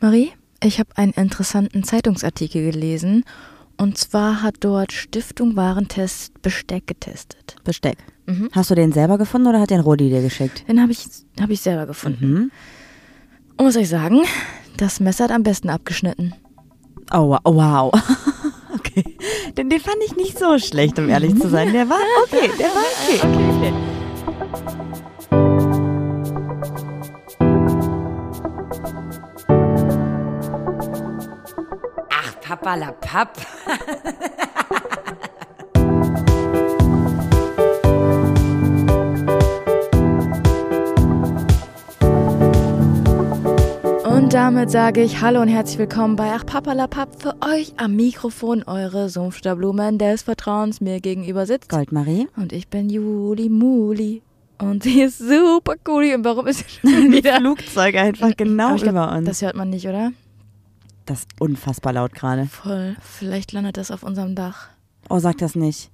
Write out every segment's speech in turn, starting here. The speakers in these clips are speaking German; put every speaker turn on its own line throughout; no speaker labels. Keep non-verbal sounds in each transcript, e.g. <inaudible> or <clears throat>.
Marie, ich habe einen interessanten Zeitungsartikel gelesen. Und zwar hat dort Stiftung Warentest Besteck getestet.
Besteck. Hast du den selber gefunden oder hat den Rodi dir geschickt?
Den habe ich, hab ich selber gefunden.
Mhm.
Und was soll ich sagen? Das Messer hat am besten abgeschnitten.
Oh, oh wow. <laughs> okay. Den, den fand ich nicht so schlecht, um ehrlich zu sein. Der war okay, der war <laughs> okay.
Ach, Papalapap.
Und damit sage ich Hallo und herzlich willkommen bei Ach Papalapap. Für euch am Mikrofon eure Sumpfsterblumen des Vertrauens mir gegenüber sitzt.
Goldmarie.
Und ich bin Juli Muli. Und sie ist super cool. Und warum ist sie
<laughs>
schon wieder?
Flugzeug einfach genau
Aber ich glaub,
über uns.
Das hört man nicht, oder?
das ist unfassbar laut gerade.
Voll. Vielleicht landet das auf unserem Dach.
Oh, sag das nicht.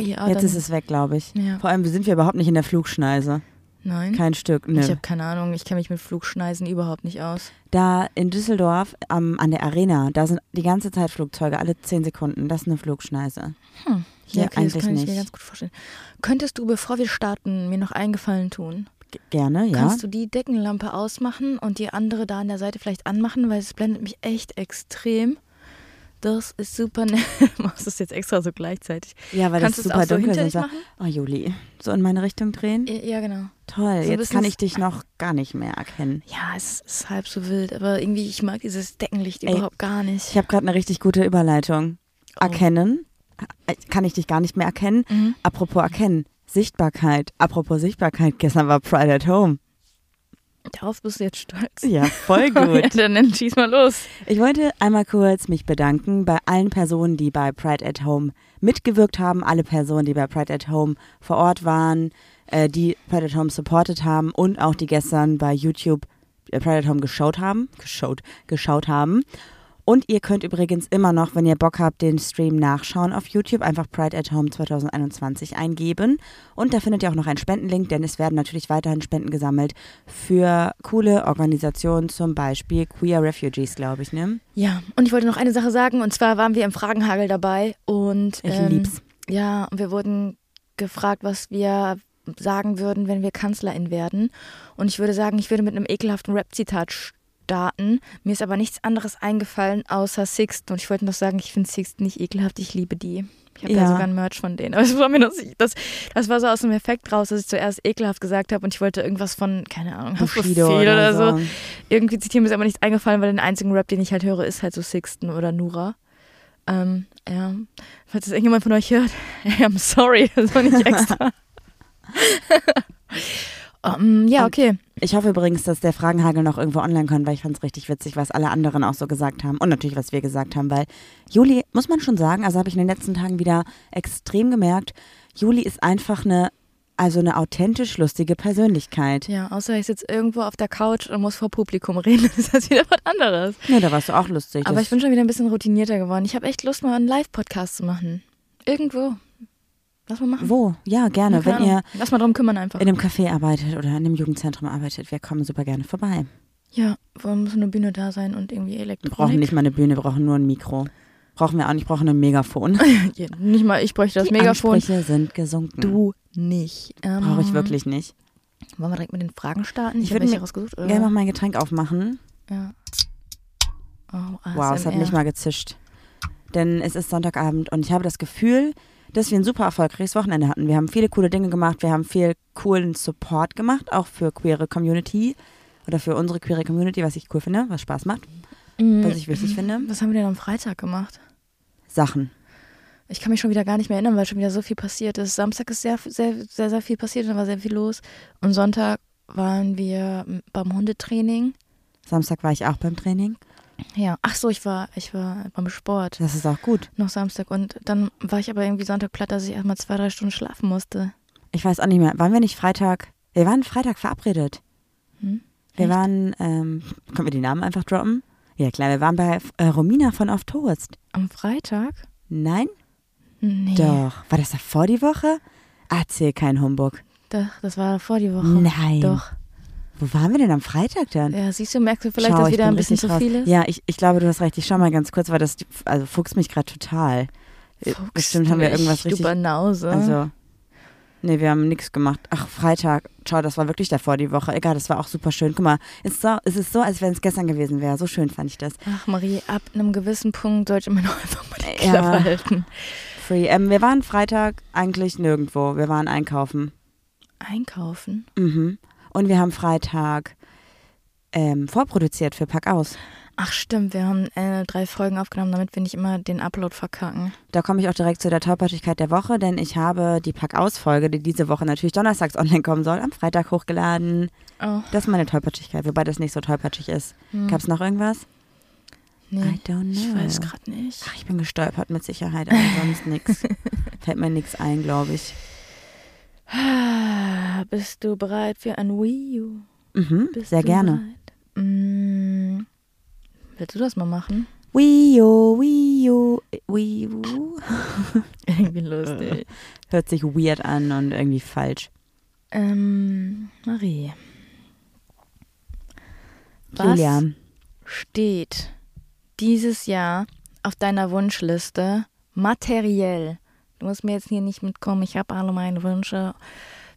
Ja,
Jetzt
dann-
ist es weg, glaube ich.
Ja.
Vor allem sind wir überhaupt nicht in der Flugschneise.
Nein.
Kein Stück,
Ich
nö.
habe keine Ahnung, ich kenne mich mit Flugschneisen überhaupt nicht aus.
Da in Düsseldorf am, an der Arena, da sind die ganze Zeit Flugzeuge, alle 10 Sekunden. Das ist eine Flugschneise.
Hm.
Hier
okay, das
eigentlich
kann ich mir
nicht.
ganz gut vorstellen. Könntest du, bevor wir starten, mir noch einen Gefallen tun?
G gerne, ja.
Kannst du die Deckenlampe ausmachen und die andere da an der Seite vielleicht anmachen, weil es blendet mich echt extrem. Das ist super <laughs> nett. Machst du es jetzt extra so gleichzeitig?
ja, weil
Kannst
das
du es
super
auch so
dunkel
hinter dich
sind.
machen?
Oh, Juli. So in meine Richtung drehen?
Ja, ja, genau.
Toll,
So ein
jetzt kann
bisschen-
ich dich noch gar nicht mehr erkennen.
Ja, es ist halb so wild, aber irgendwie, ich mag dieses Deckenlicht
Ey,
überhaupt gar nicht.
Ich habe gerade eine richtig gute Überleitung.
Oh.
Erkennen, äh, kann ich dich gar nicht mehr erkennen.
Mhm.
Apropos erkennen, Sichtbarkeit. Apropos Sichtbarkeit, gestern war Pride at Home.
Darauf bist du jetzt stolz. <laughs>
Ja, voll
Ja,
gut.
dann, dann schieß mal los.
Ich wollte einmal kurz mich bedanken bei allen Personen, die bei Pride at Home mitgewirkt haben, alle Personen, die bei Pride at Home vor Ort waren, äh, die Pride at Home supported haben und auch die gestern bei YouTube äh, Pride at Home geschaut haben, geschaut, geschaut haben. Und ihr könnt übrigens immer noch, wenn ihr Bock habt, den Stream nachschauen auf YouTube. Einfach Pride at Home 2021 eingeben. Und da findet ihr auch noch einen Spendenlink, denn es werden natürlich weiterhin Spenden gesammelt für coole Organisationen, zum Beispiel Queer Refugees, glaube ich, ne?
Ja, und ich wollte noch eine Sache sagen, und zwar waren wir im Fragenhagel dabei und ähm,
Ich lieb's.
ja, und wir wurden gefragt, was wir sagen würden, wenn wir Kanzlerin werden. Und ich würde sagen, ich würde mit einem ekelhaften Rap-Zitat starten. Mir ist aber nichts anderes eingefallen außer Sixt. Und ich wollte noch sagen, ich finde Sixt nicht ekelhaft, ich liebe die. Ich habe ja.
Ja.
sogar ein Merch von denen. Aber das war mir noch, das, das war so aus dem Effekt raus, dass ich zuerst ekelhaft gesagt habe und ich wollte irgendwas von, keine Ahnung,
Bushido
Haftbefehl
oder so.
irgendwie zitieren mir ist aber nichts eingefallen, weil den einzigen Rap, den ich halt höre, ist halt so Sixten oder Nura. Ähm, ja. Falls das irgendjemand von euch hört, <laughs> hey, I'm sorry, <laughs> das war
<laughs>
nicht extra. Ähm, ja, okay.
Ich hoffe übrigens, dass der Fragenhagel noch irgendwo online kann, weil ich fand es richtig witzig, was alle anderen auch so gesagt haben und natürlich, was wir gesagt haben, weil Juli, muss man schon sagen, also habe ich in den letzten Tagen wieder extrem gemerkt, Juli ist einfach eine, also eine authentisch lustige Persönlichkeit.
Ja, außer ich sitze irgendwo auf der Couch und muss vor Publikum <laughs> reden, dann ist das wieder was anderes.
Ja, da warst du auch lustig.
Aber
das-
ich bin schon wieder ein bisschen routinierter geworden. Ich habe echt Lust, mal einen Live-Podcast zu machen. Irgendwo. Lass mal machen.
Wo? Ja, gerne.
Keine
Wenn ihr
Ahnung. Lass mal drum kümmern einfach.
in einem Café arbeitet oder in einem Jugendzentrum arbeitet, wir kommen super gerne vorbei.
Ja, wo muss eine Bühne da sein und irgendwie Elektronik.
Wir brauchen nicht mal eine Bühne, wir brauchen nur ein Mikro. Brauchen wir auch nicht, brauchen ein Megafon.
<laughs> Ja, Nicht mal ich bräuchte das
Die
Megafon.
Ansprüche sind gesunken.
Du nicht. Ähm,
Brauche ich wirklich nicht.
Wollen wir direkt mit den Fragen starten?
Ich
hab
würde
welche
mir
rausgesucht. Oder?
Gerne noch mein Getränk aufmachen.
Ja. Oh,
Wow, es hat
ASMR.
nicht mal gezischt. Denn es ist Sonntagabend und ich habe das Gefühl, dass wir ein super erfolgreiches Wochenende hatten. Wir haben viele coole Dinge gemacht, wir haben viel coolen Support gemacht, auch für queere Community oder für unsere queere Community, was ich cool finde, was Spaß macht, was ich wichtig finde.
Mhm. Was haben wir denn am Freitag gemacht?
Sachen.
Ich kann mich schon wieder gar nicht mehr erinnern, weil schon wieder so viel passiert ist. Samstag ist sehr, sehr, sehr, sehr viel passiert und da war sehr viel los. Und Sonntag waren wir m, beim Hundetraining.
Samstag war ich auch beim Training.
Ja. Ach so, ich war, ich war beim Sport.
Das ist auch gut.
Noch Samstag. Und dann war ich aber irgendwie Sonntag platt, dass ich erstmal zwei, drei Stunden schlafen musste.
Ich weiß auch nicht mehr, waren wir nicht Freitag? Wir waren Freitag verabredet.
Hm?
Wir
Echt?
waren, ähm, können wir die Namen einfach droppen? Ja klar, wir waren bei äh, Romina von Off Toast.
Am Freitag?
Nein?
Nee.
Doch. War das davor die Woche? Erzähl kein Humbug.
Doch, das war vor die Woche.
Nein.
Doch.
Wo waren wir denn am Freitag dann?
Ja, siehst du, merkst du vielleicht,
Schau,
dass
ich
wieder
bin
ein bisschen
richtig
zu
raus.
viel ist?
Ja, ich, ich glaube, du hast recht. Ich schau mal ganz kurz, weil das also fuchst mich gerade total.
Fuchs
Bestimmt haben wir
dich,
irgendwas
Du
richtig.
Banause.
Also, nee, wir haben nichts gemacht. Ach, Freitag. Schau, das war wirklich davor die Woche. Egal, das war auch super schön. Guck mal, es ist so, es ist so als wenn es gestern gewesen wäre. So schön fand ich das.
Ach Marie, ab einem gewissen Punkt sollte man <laughs> auch einfach mal die
Ja.
Klappe halten.
Free. Ähm, wir waren Freitag eigentlich nirgendwo. Wir waren einkaufen.
Einkaufen.
Mhm. Und wir haben Freitag ähm, vorproduziert für Pack aus.
Ach stimmt, wir haben äh, drei Folgen aufgenommen, damit wir nicht immer den Upload verkacken.
Da komme ich auch direkt zu der Tollpatschigkeit der Woche, denn ich habe die Pack-Aus-Folge, die diese Woche natürlich donnerstags online kommen soll, am Freitag hochgeladen.
Oh, hm,
Das ist meine Tollpatschigkeit, wobei das nicht so tollpatschig ist. Gab es noch irgendwas?
nee.
I don't know.
Ich weiß gerade nicht.
Ach, ich bin gestolpert mit Sicherheit, aber
<laughs>
sonst nichts. Fällt mir nichts ein, glaube ich.
Ah, Bist du bereit für ein Wii U?
Mhm,
Bist
sehr
du
gerne.
Bereit? Mm, willst du das mal machen? <laughs>
Wii U, Wii U, Wii U.
Irgendwie lustig.
Hört sich weird an und irgendwie falsch.
Ähm, Marie. Was
Julia,
steht dieses Jahr auf deiner Wunschliste materiell? Du musst mir jetzt hier nicht mitkommen, ich habe alle meine Wünsche.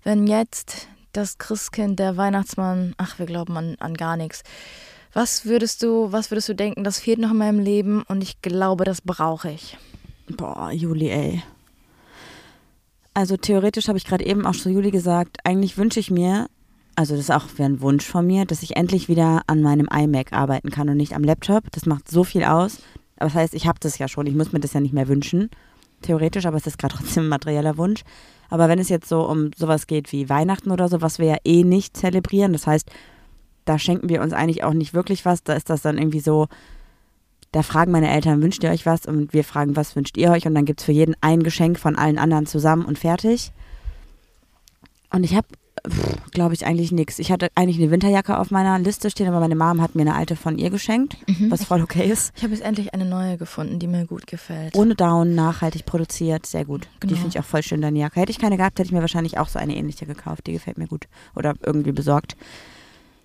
Wenn jetzt das Christkind, der Weihnachtsmann, ach, wir glauben an, an gar nichts. Was würdest du, was würdest du denken, das fehlt noch in meinem Leben und ich glaube, das brauche ich.
Boah, Juli, ey. Also theoretisch habe ich gerade eben auch zu Juli gesagt, eigentlich wünsche ich mir, also das ist auch wäre ein Wunsch von mir, dass ich endlich wieder an meinem iMac arbeiten kann und nicht am Laptop. Das macht so viel aus. Aber das heißt, ich habe das ja schon, ich muss mir das ja nicht mehr wünschen. Theoretisch, aber es ist gerade <laughs> trotzdem ein materieller Wunsch. Aber wenn es jetzt so um sowas geht wie Weihnachten oder so, was wir ja eh nicht zelebrieren, das heißt, da schenken wir uns eigentlich auch nicht wirklich was, da ist das dann irgendwie so, da fragen meine Eltern, wünscht ihr euch was? Und wir fragen, was wünscht ihr euch? Und dann gibt es für jeden ein Geschenk von allen anderen zusammen und fertig. Und ich habe, glaube ich, eigentlich nichts. Ich hatte eigentlich eine Winterjacke auf meiner Liste stehen, aber meine Mom hat mir eine alte von ihr geschenkt, was voll okay ist.
Ich habe jetzt endlich eine neue gefunden, die mir gut gefällt.
Ohne Down, nachhaltig produziert, sehr gut. Die
Genau.
finde ich auch voll schön, deine Jacke. Hätte ich keine gehabt, hätte ich mir wahrscheinlich auch so eine ähnliche gekauft. Die gefällt mir gut. Oder irgendwie besorgt.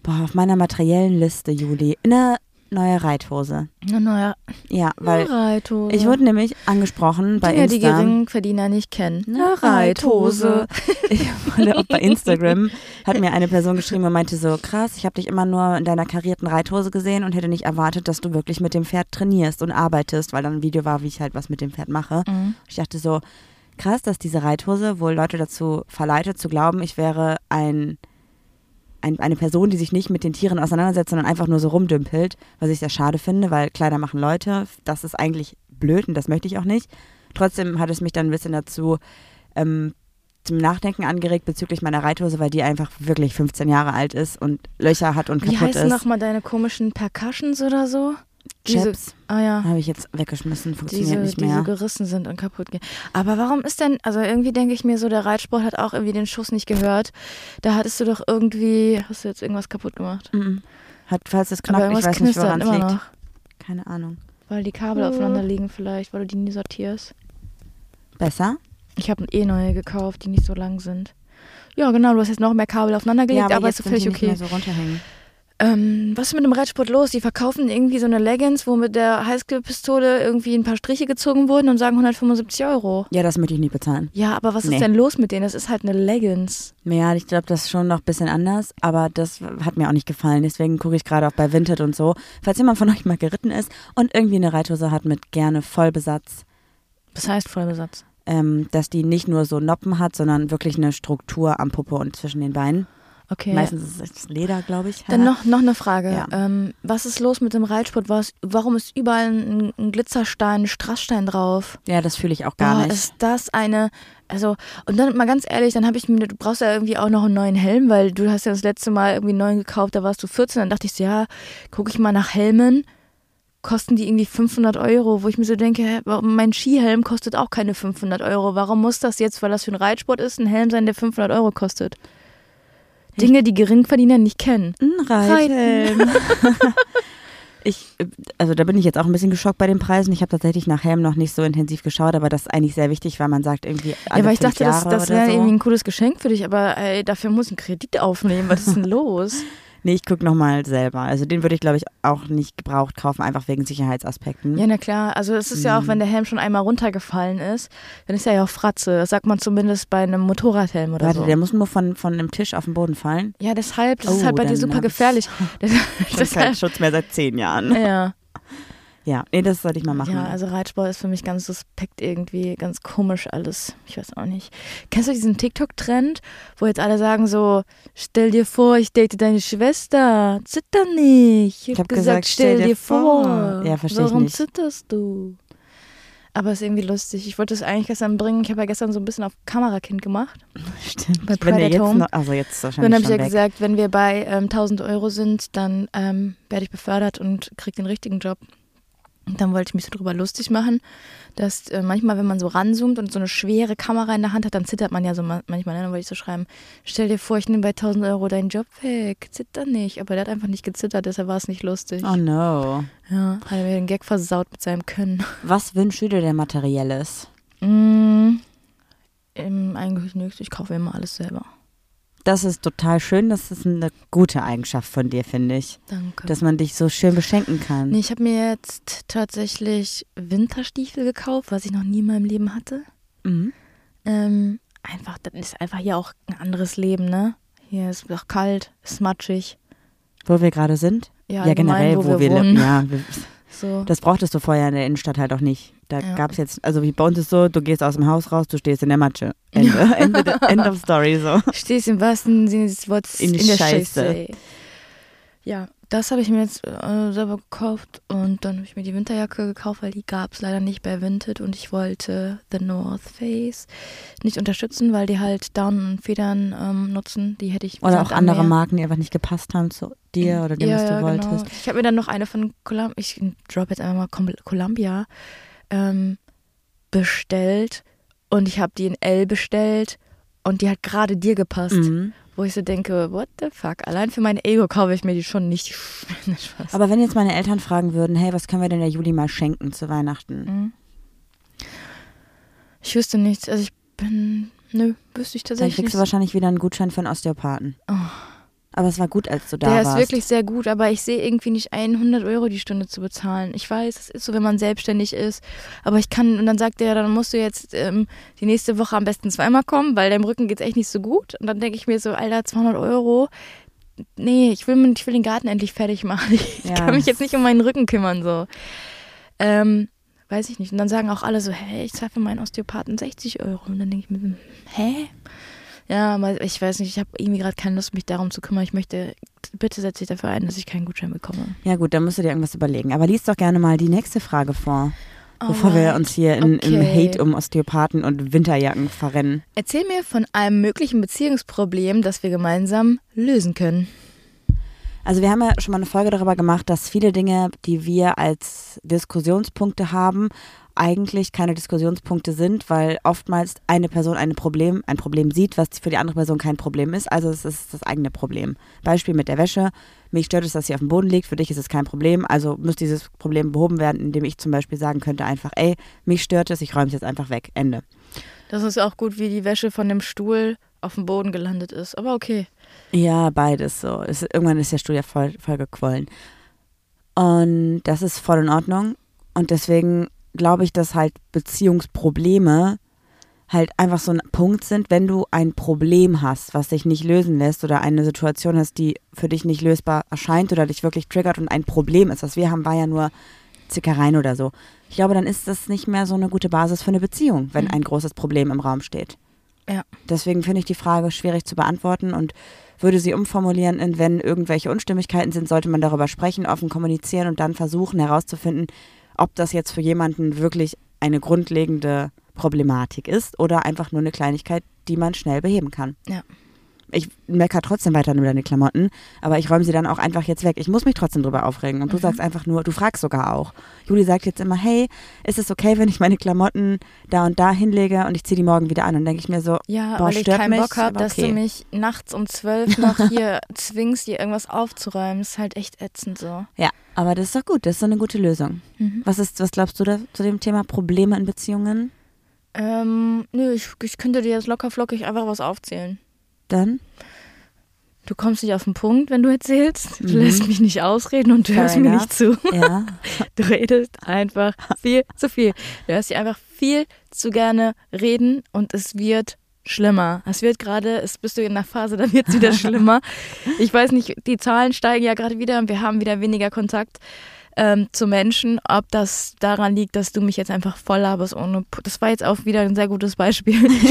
Boah, auf meiner materiellen Liste, Juli, eine neue Reithose.
Eine neue
Ja, weil
Reithose.
Ich wurde nämlich angesprochen bei
Mhm. Dinge, die
Insta. Ne? Ah, halt,
Geringverdiener nicht kennen.
Eine Reithose. <laughs> Ich wurde auch bei Instagram hat mir eine Person geschrieben und meinte so krass, ich habe dich immer nur in deiner karierten Reithose gesehen und hätte nicht erwartet, dass du wirklich mit dem Pferd trainierst und arbeitest, weil dann ein Video war, wie ich halt was mit dem Pferd mache.
Mhm.
Ich dachte so krass, dass diese Reithose wohl Leute dazu verleitet zu glauben, ich wäre ein, ein eine Person, die sich nicht mit den Tieren auseinandersetzt, sondern einfach nur so rumdümpelt, was ich sehr schade finde, weil Kleider machen Leute, das ist eigentlich blöd und das möchte ich auch nicht. Trotzdem hat es mich dann ein bisschen dazu ähm, zum Nachdenken angeregt bezüglich meiner Reithose, weil die einfach wirklich 15 Jahre alt ist und Löcher hat und
Wie
kaputt
heißen
ist.
nochmal deine komischen Percussions oder so? Diese-
Chips
Ah ja.
habe ich jetzt weggeschmissen, funktioniert
Diese,
nicht
die so
mehr.
gerissen sind und kaputt gehen. Aber warum ist denn, also irgendwie denke ich mir so, der Reitsport hat auch irgendwie den Schuss nicht gehört. Da hattest du doch irgendwie, hast du jetzt irgendwas kaputt gemacht?
Mhm. Hat, falls es
Aber
knackt, ich
irgendwas
weiß nicht,
knistert
woran es
immer
liegt.
noch.
Keine Ahnung.
Weil die Kabel aufeinander liegen vielleicht, weil du die nie sortierst.
Besser?
Ich habe eh neue gekauft, die nicht so lang sind. Ja, genau, du hast jetzt noch mehr Kabel aufeinander gelegt, aber,
jetzt
ist
sind die
völlig
nicht
okay.
mehr so runterhängen.
Ähm, was ist mit dem Reitsport los? Die verkaufen irgendwie so eine Leggings, wo mit der Highschool-Pistole irgendwie ein paar Striche gezogen wurden und sagen 175 Euro.
Ja, das möchte ich nicht bezahlen.
Ja, aber was
Nee.
ist denn los mit denen? Das ist halt eine Leggings.
Ja, ich glaube, das ist schon noch ein bisschen anders, aber das hat mir auch nicht gefallen. Deswegen gucke ich gerade auch bei Vinted und so. Falls jemand von <laughs> euch mal geritten ist und irgendwie eine Reithose hat mit gerne Vollbesatz,
Was heißt Vollbesatz?
ähm, dass die nicht nur so Noppen hat, sondern wirklich eine Struktur am Popo und zwischen den Beinen.
Okay.
Meistens ist es Leder, glaube ich.
Dann noch, noch eine Frage.
Ja.
Ähm, was ist los mit dem Reitsport? Was, warum ist überall ein, ein Glitzerstein, ein Strassstein drauf?
Ja, das fühle ich auch gar
Boah,
nicht.
ist das eine. Also, und dann mal ganz ehrlich, dann habe ich mir, du brauchst ja irgendwie auch noch einen neuen Helm, weil du hast ja das letzte Mal irgendwie einen neuen gekauft, da warst du 14, dann dachte ich so, ja, gucke ich mal nach Helmen, kosten die irgendwie 500 Euro, wo ich mir so denke, hä, warum- mein Skihelm kostet auch keine 500 Euro, warum muss das jetzt, weil das für einen Reitsport ist, ein Helm sein, der 500 Euro kostet? Dinge, die Geringverdiener nicht kennen.
Ein Reithelm. <laughs> ich, äh, also da bin ich jetzt auch ein bisschen geschockt bei den Preisen. Ich habe tatsächlich nach Helm noch nicht so intensiv geschaut, aber das ist eigentlich sehr wichtig, weil man sagt irgendwie alle
Ja, weil ich
fünf
dachte, das,
Jahre
das
oder
wäre
so. <laughs>
irgendwie ein cooles Geschenk für dich, aber ey, dafür muss ich einen Kredit aufnehmen. Was ist denn los?
Nee, ich gucke nochmal selber. Also den würde ich, glaube ich, auch nicht gebraucht kaufen, einfach wegen Sicherheitsaspekten.
Ja, na klar. Also es ist ja
Mhm.
auch, wenn der Helm schon einmal runtergefallen ist, dann ist er ja auch Fratze. Das sagt man zumindest bei einem Motorradhelm oder
Warte,
so.
der muss nur von, von dem Tisch auf den Boden fallen.
Ja, deshalb, das ist
Oh,
halt bei dir
dann
super
hab ich- <laughs>
gefährlich. <laughs> Das,
Ich habe keinen
deshalb,
Schutz mehr seit zehn Jahren.
ja.
Ja, nee, das sollte ich mal machen.
ja, also Reitsport ist für mich ganz suspekt irgendwie, ganz komisch alles. Ich weiß auch nicht. Kennst du diesen TikTok-Trend, wo jetzt alle sagen so, stell dir vor, ich date deine Schwester, zitter nicht.
Ich hab gesagt, stell dir vor. Ja, versteh ich
Warum
nicht.
zitterst du? Aber ist irgendwie lustig. Ich wollte es eigentlich gestern bringen. Ich habe ja gestern so ein bisschen auf Kamerakind gemacht.
<laughs> Stimmt.
Bei
Wenn
Pride
wir
at
jetzt
Home.
noch, also jetzt ist wahrscheinlich
Und dann habe ich
schon
ja
weg.
gesagt, wenn wir bei ähm, 1000 Euro sind, dann ähm, werde ich befördert und kriege den richtigen Job. Und dann wollte ich mich so drüber lustig machen, dass äh, manchmal, wenn man so ranzoomt und so eine schwere Kamera in der Hand hat, dann zittert man ja so ma manchmal. Ne? Dann wollte ich so schreiben, stell dir vor, ich nehme bei 1000 Euro deinen Job weg, zitter nicht. Aber der hat einfach nicht gezittert, deshalb war es nicht lustig.
oh no.
Ja, hat mir den Gag versaut mit seinem Können.
Was wünschst du dir denn materielles?
Mm, ähm, eigentlich nichts, ich kaufe mir immer alles selber.
Das ist total schön. Das ist eine gute Eigenschaft von dir, finde ich.
Danke.
Dass man dich so schön beschenken kann.
Nee, ich habe mir jetzt tatsächlich Winterstiefel gekauft, was ich noch nie in meinem Leben hatte.
Mhm.
Ähm, einfach, das ist einfach hier auch ein anderes Leben, ne? Hier ist doch kalt, ist matschig.
Wo wir gerade sind?
Ja,
ja,
allgemein,
generell,
wo, wir,
le-
wohnen.
Ja, wir,
So.
das brauchtest du vorher in der Innenstadt halt auch nicht.
Ja.
Da gab's gab es jetzt, also wie bei uns ist so, du gehst aus dem Haus raus, du stehst in der Matsche. Ende, <laughs> Ende, de- end of story
<laughs>
so.
Stehst im wahrsten Sinne des Wortes
In
in,
die
der
Scheiße.
Scheiße. Ja, das habe ich mir jetzt äh, selber gekauft und dann habe ich mir die Winterjacke gekauft, weil die gab es leider nicht bei Vinted und ich wollte The North Face nicht unterstützen, weil die halt Down und Federn ähm, nutzen. Die hätte ich
Oder auch
gesagt, am
andere
Meer.
Marken, die einfach nicht gepasst haben zu dir oder dem, was du wolltest.
Genau. Ich habe mir dann noch eine von Colum ich drop jetzt einfach mal Com- Columbia ähm, bestellt und ich habe die in L bestellt und die hat gerade dir gepasst,
Mhm.
wo ich so denke, what the fuck, allein für mein Ego kaufe ich mir die schon nicht. <laughs> Spaß.
Aber wenn jetzt meine Eltern fragen würden, hey, was können wir denn der Juli mal schenken zu Weihnachten?
Mhm. ich wüsste nichts, also ich bin, nö, wüsste ich
Dann
tatsächlich
kriegst du
nicht.
wahrscheinlich wieder einen Gutschein für einen Osteopathen.
Oh.
Aber es war gut, als du da
Der
warst.
ist wirklich sehr gut, aber ich sehe irgendwie nicht ein, 100 Euro die Stunde zu bezahlen. Ich weiß, es ist so, wenn man selbstständig ist. Aber ich kann, und dann sagt er, dann musst du jetzt ähm, die nächste Woche am besten zweimal kommen, weil deinem Rücken geht es echt nicht so gut. Und dann denke ich mir so, Alter, 200 Euro. Nee, ich will, ich will den Garten endlich fertig machen. <laughs> Ich
Ja.
kann mich jetzt nicht um meinen Rücken kümmern, so. Ähm, weiß ich nicht. Und dann sagen auch alle so, hä, ich zahle für meinen Osteopathen 60 Euro. Und dann denke ich mir so, hä? Ja, aber ich weiß nicht, ich habe irgendwie gerade keine Lust, mich darum zu kümmern. Ich möchte, bitte setze dich dafür ein, dass ich keinen Gutschein bekomme.
ja gut, dann musst du dir irgendwas überlegen. Aber lies doch gerne mal die nächste Frage vor, bevor wir uns hier in, im
Oh, Okay.
Hate um Osteopathen und Winterjacken verrennen.
Erzähl mir von einem möglichen Beziehungsproblem, das wir gemeinsam lösen können.
Also wir haben ja schon mal eine Folge darüber gemacht, dass viele Dinge, die wir als Diskussionspunkte haben, eigentlich keine Diskussionspunkte sind, weil oftmals eine Person ein Problem, ein Problem sieht, was für die andere Person kein Problem ist. Also es ist das eigene Problem. Beispiel mit der Wäsche. Mich stört es, dass sie auf dem Boden liegt. Für dich ist es kein Problem. Also muss dieses Problem behoben werden, indem ich zum Beispiel sagen könnte einfach, ey, mich stört es, ich räume es jetzt einfach weg. Ende.
Das ist auch gut, wie die Wäsche von dem Stuhl auf dem Boden gelandet ist. Aber okay.
Ja, beides so. Es, irgendwann ist der Stuhl ja voll, voll gequollen. Und das ist voll in Ordnung. Und deswegen glaube ich, dass halt Beziehungsprobleme halt einfach so ein Punkt sind, wenn du ein Problem hast, was dich nicht lösen lässt oder eine Situation hast, die für dich nicht lösbar erscheint oder dich wirklich triggert und ein Problem ist. Was wir haben, war ja nur Zickereien oder so. Ich glaube, dann ist das nicht mehr so eine gute Basis für eine Beziehung, wenn ein großes Problem im Raum steht.
Ja.
Deswegen finde ich die Frage schwierig zu beantworten und würde sie umformulieren in, wenn irgendwelche Unstimmigkeiten sind, sollte man darüber sprechen, offen kommunizieren und dann versuchen herauszufinden, ob das jetzt für jemanden wirklich eine grundlegende Problematik ist oder einfach nur eine Kleinigkeit, die man schnell beheben kann.
Ja.
Ich meckere trotzdem weiter über deine Klamotten, aber ich räume sie dann auch einfach jetzt weg. Ich muss mich trotzdem drüber aufregen. Und du sagst einfach nur, du fragst sogar auch. Juli sagt jetzt immer, hey, ist es okay, wenn ich meine Klamotten da und da hinlege und ich ziehe die morgen wieder an? Und denke ich mir so,
Ja,
Boah,
weil ich
stört
keinen
mich,
Bock habe,
aber
dass
okay.
du mich nachts um zwölf
<laughs>
noch hier zwingst, hier irgendwas aufzuräumen. Ist halt echt ätzend so. Mhm.
Ja, aber das ist doch gut, das ist so eine gute Lösung. Was ist, was glaubst du da zu dem Thema Probleme in Beziehungen?
Ähm, nö, ich, ich könnte dir jetzt locker flockig einfach was aufzählen.
Dann?
du kommst nicht auf den Punkt, wenn du erzählst. Du lässt mich nicht ausreden und du
Mhm. Fair
hörst mir
enough.
nicht zu.
Ja.
<laughs> Du redest einfach viel zu viel. Du hörst dich einfach viel zu gerne reden und es wird schlimmer. Es wird gerade, es bist du in einer Phase, da wird es wieder schlimmer. Ich weiß nicht, die Zahlen steigen ja gerade wieder und wir haben wieder weniger Kontakt ähm, zu Menschen. Ob das daran liegt, dass du mich jetzt einfach voll laberst ohne. Pu- Das war jetzt auch wieder ein sehr gutes Beispiel. <laughs>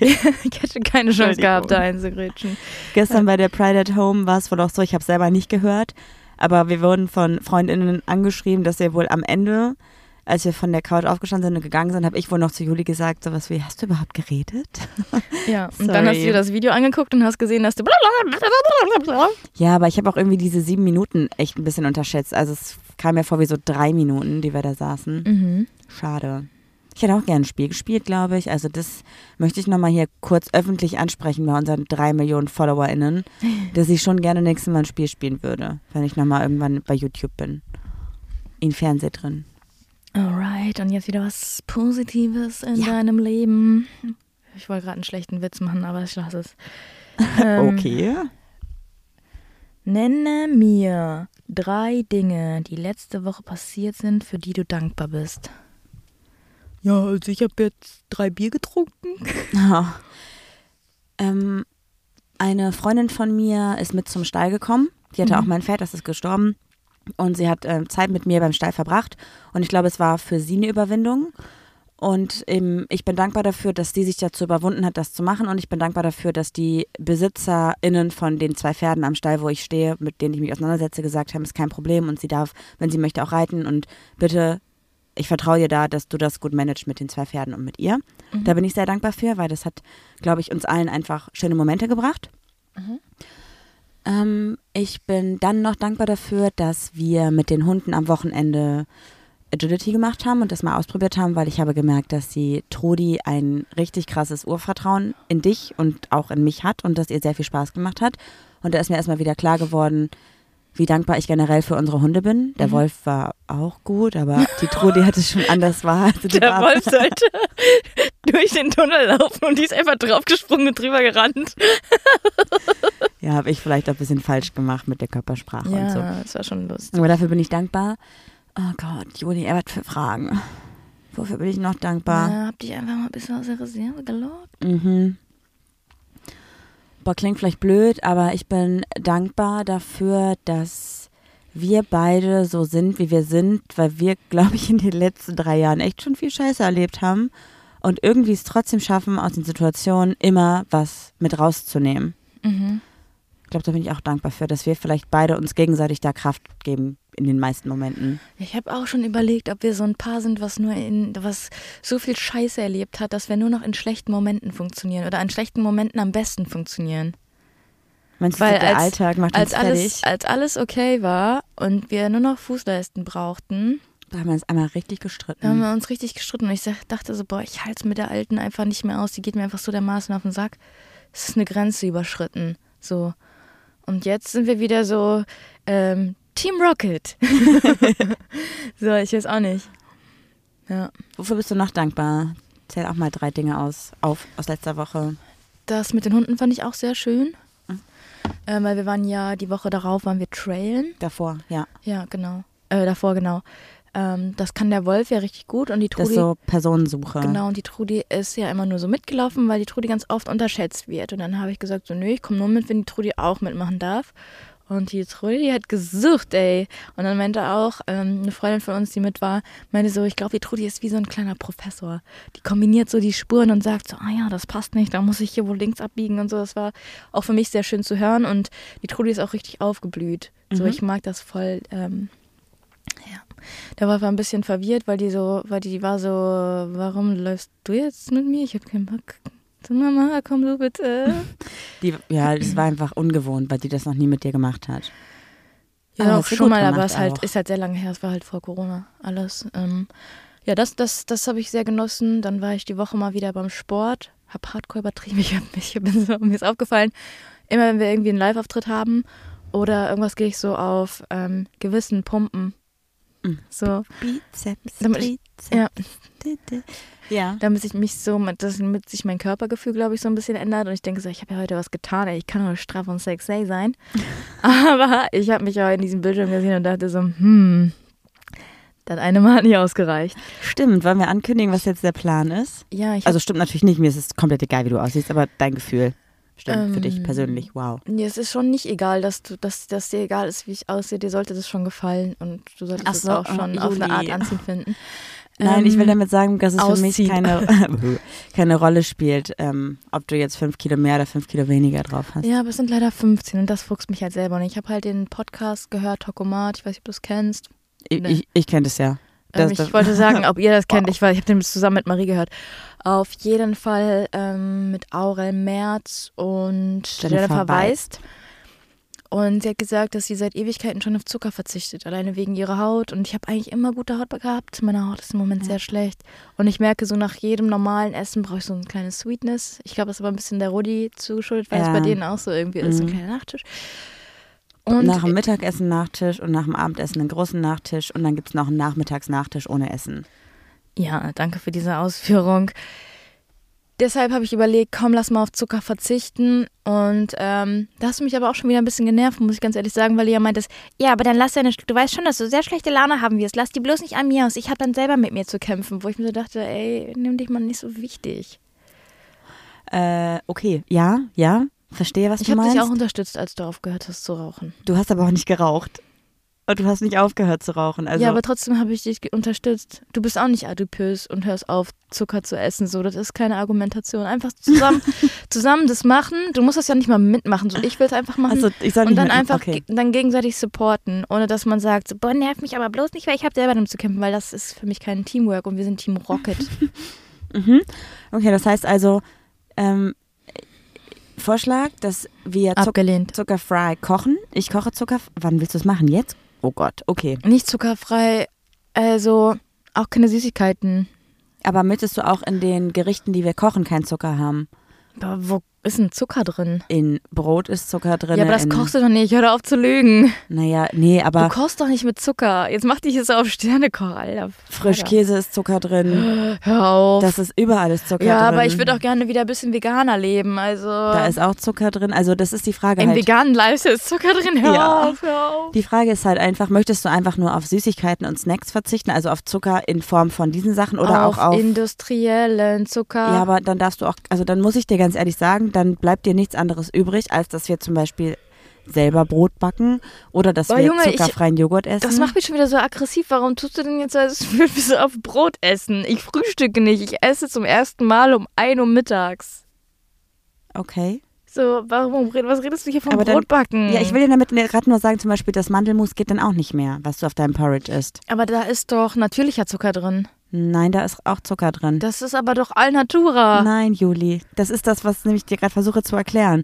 Ich hätte, ich hätte keine Chance gehabt, da einzugrätschen.
Gestern bei der Pride at Home war es wohl auch so, ich habe selber nicht gehört, aber wir wurden von Freundinnen angeschrieben, dass wir wohl am Ende, als wir von der Couch aufgestanden sind und gegangen sind, habe ich wohl noch zu Juli gesagt, sowas wie, hast du überhaupt geredet?
Ja, und dann hast du
Sorry.
dir das Video angeguckt und hast gesehen, dass du.
Ja, aber ich habe auch irgendwie diese sieben Minuten echt ein bisschen unterschätzt. Also es kam mir vor wie so drei Minuten, die wir da saßen.
Mhm.
Schade. Ich hätte auch gerne ein Spiel gespielt, glaube ich. Also das möchte ich nochmal hier kurz öffentlich ansprechen bei unseren drei Millionen FollowerInnen, dass ich schon gerne nächstes Mal ein Spiel spielen würde, wenn ich nochmal irgendwann bei YouTube bin. In Fernseh drin.
Alright, und jetzt wieder was Positives in
Ja.
deinem Leben. Ich wollte gerade einen schlechten Witz machen, aber ich lasse <laughs> es. Ähm,
Okay.
Nenne mir drei Dinge, die letzte Woche passiert sind, für die du dankbar bist. Ja, also ich habe jetzt drei Bier getrunken.
Ja. Ähm, eine Freundin von mir ist mit zum Stall gekommen. Die hatte auch mein Pferd, das ist gestorben. Und sie hat ähm, Zeit mit mir beim Stall verbracht. Und ich glaube, es war für sie eine Überwindung. Und ähm, ich bin dankbar dafür, dass die sich dazu überwunden hat, das zu machen. Und ich bin dankbar dafür, dass die BesitzerInnen von den zwei Pferden am Stall, wo ich stehe, mit denen ich mich auseinandersetze, gesagt haben, ist kein Problem und sie darf, wenn sie möchte, auch reiten. Und bitte, ich vertraue dir da, dass du das gut managst mit den zwei Pferden und mit ihr. Da bin ich sehr dankbar für, weil das hat, glaube ich, uns allen einfach schöne Momente gebracht. Ähm, ich bin dann noch dankbar dafür, dass wir mit den Hunden am Wochenende Agility gemacht haben und das mal ausprobiert haben, weil ich habe gemerkt, dass sie Trudi ein richtig krasses Urvertrauen in dich und auch in mich hat und dass ihr sehr viel Spaß gemacht hat. Und da ist mir erstmal wieder klar geworden, wie dankbar ich generell für unsere Hunde bin.
Mhm.
Der Wolf war auch gut, aber die Trudi
<laughs>
hatte schon anders war. Also
<laughs>
die
Der
war-
Wolf sollte <laughs> durch den Tunnel laufen und die ist einfach draufgesprungen und drüber gerannt.
Ja, habe ich vielleicht auch ein bisschen falsch gemacht mit der Körpersprache und so.
das war schon lustig.
Aber dafür bin ich dankbar. Oh Gott, Juli, er hat für Fragen. Wofür bin ich noch dankbar?
Ja, hab dich einfach mal ein bisschen aus der Reserve gelockt.
Mhm. Boah, klingt vielleicht blöd, aber ich bin dankbar dafür, dass wir beide so sind, wie wir sind, weil wir, glaube ich, in den letzten drei Jahren echt schon viel Scheiße erlebt haben und irgendwie es trotzdem schaffen, aus den Situationen immer was mit rauszunehmen.
Mhm.
Ich glaube, da bin ich auch dankbar für, dass wir vielleicht beide uns gegenseitig da Kraft geben in den meisten Momenten.
Ich habe auch schon überlegt, ob wir so ein Paar sind, was nur in was so viel Scheiße erlebt hat, dass wir nur noch in schlechten Momenten funktionieren oder an schlechten Momenten am besten funktionieren.
Meinst du,
Weil
der
als-
Alltag macht
Als
uns fertig?
alles, als alles okay war und wir nur noch Fußleisten brauchten,
Da haben wir uns einmal richtig
da haben
gestritten.
wir uns richtig gestritten und ich sag, dachte so, boah, ich halte es mit der Alten einfach nicht mehr aus, die geht mir einfach so dermaßen auf den Sack. Es ist eine Grenze überschritten. So. Und jetzt sind wir wieder so ähm, Team Rocket. <laughs> so, ich weiß auch nicht. Ja.
Wofür bist du noch dankbar? Zähl auch mal drei Dinge aus, auf, aus letzter Woche.
Das mit den Hunden fand ich auch sehr schön.
Mhm.
Ähm, weil wir waren ja die Woche darauf, waren wir trailen.
Davor, ja.
Ja, genau. Äh, davor, genau. Ähm, das kann der Wolf ja richtig gut und die
Das
Trudi.
ist so Personensuche.
Genau, und die Trudi ist ja immer nur so mitgelaufen, weil die Trudi ganz oft unterschätzt wird. Und dann habe ich gesagt, so, nö, ich komme nur mit, wenn die Trudi auch mitmachen darf. Und die Trudi, die hat gesucht, ey. Und dann meinte auch ähm, eine Freundin von uns, die mit war, meinte so, ich glaube, die Trudi ist wie so ein kleiner Professor. Die kombiniert so die Spuren und sagt so, ah ja, das passt nicht, da muss ich hier wohl links abbiegen und so. Das war auch für mich sehr schön zu hören. Und die Trudi ist auch richtig aufgeblüht. So, ich mag das voll. Ähm, ja. Der Wolf war ein bisschen verwirrt, weil die so, weil die war so, warum läufst du jetzt mit mir? Ich hab keinen Bock. So, Mama, komm du
<laughs>
bitte.
Die, ja, das war einfach ungewohnt, weil die das noch nie mit dir gemacht hat.
Ja,
Aber
auch
hast du
schon
gut
mal, aber
gemacht
es halt,
auch.
ist halt sehr lange her, es war halt vor Corona alles. Ähm, ja, das, das, das habe ich sehr genossen. Dann war ich die Woche mal wieder beim Sport, habe hardcore übertrieben, <laughs> ich hab, ich hab, mir ist aufgefallen, immer wenn wir irgendwie einen Live-Auftritt haben oder irgendwas, gehe ich so auf ähm, gewissen Pumpen. So,
Mhm. Bizeps,
Damit ich- ja.
Ja.
damit ich mich so, mit- das- damit sich mein Körpergefühl, glaube ich, so ein bisschen ändert. Und ich denke so, ich habe ja heute was getan, ey, ich kann doch straff und sexy
<laughs>
sein. Aber ich habe mich ja in diesem Bildschirm gesehen und dachte so, hm, das eine Mal hat nicht ausgereicht.
Stimmt, wollen wir ankündigen, was jetzt der Plan ist?
Ja, ich
Also stimmt natürlich nicht, mir ist es komplett egal, wie du aussiehst, aber dein Gefühl stimmt für dich
Ähm.
persönlich. Wow.
Nee, es ist schon nicht egal, dass du, dass, dass dir egal ist, wie ich aussehe. Dir sollte das schon gefallen und du solltest
Ach
es
so,
auch schon
oh,
auf eine Art
Juli.
anziehen finden.
<laughs> Nein, ich will
Ähm,
damit sagen, dass es für mich
ausziehen. <laughs>
keine, <laughs> keine Rolle spielt, ähm, ob du jetzt fünf Kilo mehr oder fünf Kilo weniger drauf hast.
Ja, aber es sind leider 15 und das fuchst mich halt selber. Und ich habe halt den Podcast gehört, Tokomat, ich weiß nicht, ob du es kennst.
Ich,
ne.
ich, ich kenne das ja.
Ähm,
Das-
ich
das-
wollte sagen, ob ihr
<laughs>
das kennt. Ich, weiß- ich habe den zusammen mit Marie gehört. Auf jeden Fall ähm, mit Aurel Merz und
Jennifer
Jennifer, Weist. Und sie hat gesagt, dass sie seit Ewigkeiten schon auf Zucker verzichtet, alleine wegen ihrer Haut. Und ich habe eigentlich immer gute Haut gehabt. Meine Haut ist im Moment sehr schlecht. Und ich merke, so nach jedem normalen Essen brauche ich so ein kleines Sweetness. Ich glaube, das ist aber ein bisschen der Rudi zugeschuldet, weil es
Ja.
bei denen auch so irgendwie ist, so ein
Mhm.
kleiner Nachtisch. Und
nach dem Mittagessen Nachtisch und nach dem Abendessen einen großen Nachtisch und dann gibt es noch einen Nachmittagsnachtisch ohne Essen.
Ja, danke für diese Ausführung. Deshalb habe ich überlegt, komm, lass mal auf Zucker verzichten. Und ähm, da hast du mich aber auch schon wieder ein bisschen genervt, muss ich ganz ehrlich sagen, weil du ja meintest, ja, aber dann lass deine, du weißt schon, dass du sehr schlechte Laune haben wirst, lass die bloß nicht an mir aus. Ich habe dann selber mit mir zu kämpfen, wo ich mir so dachte, ey, nimm dich mal nicht so wichtig.
Äh, okay, ja, ja, verstehe, was
Ich
du
habe
meinst.
dich auch unterstützt, als du aufgehört hast zu rauchen.
du hast aber auch nicht geraucht. Und du hast nicht aufgehört zu rauchen. Also
ja, aber trotzdem habe ich dich ge- unterstützt. Du bist auch nicht adipös und hörst auf, Zucker zu essen. So, das ist keine Argumentation. Einfach
<laughs>
zusammen, zusammen das machen. Du musst das ja nicht mal mitmachen. So, ich will es einfach machen.
also, ich soll
und
nicht
dann
mit-
einfach
okay.
ge- dann gegenseitig supporten, ohne dass man sagt, so, boah, nerv mich aber bloß nicht, weil ich habe selber damit zu kämpfen, weil das ist für mich kein Teamwork und wir sind Team
<laughs>
Rocket.
Mhm. Okay, das heißt also, ähm, Vorschlag, dass wir Zuck
Abgelehnt.
Zuckerfrei kochen. Ich koche Zucker. Wann willst du es machen? Jetzt? Oh Gott, okay.
Nicht zuckerfrei, also auch keine Süßigkeiten.
Aber möchtest du auch in den Gerichten, die wir kochen, keinen Zucker haben?
Boah, wo ist denn Zucker drin?
In Brot ist Zucker drin.
Ja, aber das
in,
kochst du doch nicht. Hör doch auf zu lügen.
Naja, nee,
Du
aber
kochst doch nicht mit Zucker. Jetzt mach dich jetzt auf Sternekoch, Alter.
Frischkäse ist Zucker drin.
Hör auf.
Das ist überall ist Zucker
ja,
drin.
aber ich würde auch gerne wieder ein bisschen veganer leben. Also
Da ist auch Zucker drin. Also das ist die Frage
im
halt.
veganen Lifestyle ist Zucker drin. Hör
Ja.
auf, hör auf.
Die Frage ist halt einfach, möchtest du einfach nur auf Süßigkeiten und Snacks verzichten, also auf Zucker in Form von diesen Sachen oder
auf,
auch auf
industriellen Zucker.
Ja, aber dann darfst du auch, also dann muss ich dir ganz ehrlich sagen, dann bleibt dir nichts anderes übrig, als dass wir zum Beispiel selber Brot backen oder dass
Boah,
wir
Junge, ich-
zuckerfreien Joghurt essen.
das macht mich schon wieder so aggressiv. Warum tust du denn jetzt so, als würdest du auf Brot essen? Ich frühstücke nicht. Ich esse zum ersten Mal um 1 Uhr mittags.
okay.
So, warum? red- Was redest du hier vom
Aber dann-
Brotbacken?
Ja, ich will dir damit ne, gerade nur sagen, zum Beispiel das Mandelmus geht dann auch nicht mehr, was du auf deinem Porridge isst.
Aber da ist doch natürlicher Zucker drin.
Nein, da ist auch Zucker drin.
Das ist aber doch Alnatura.
Nein, Juli, das ist das, was nämlich dir gerade versuche zu erklären.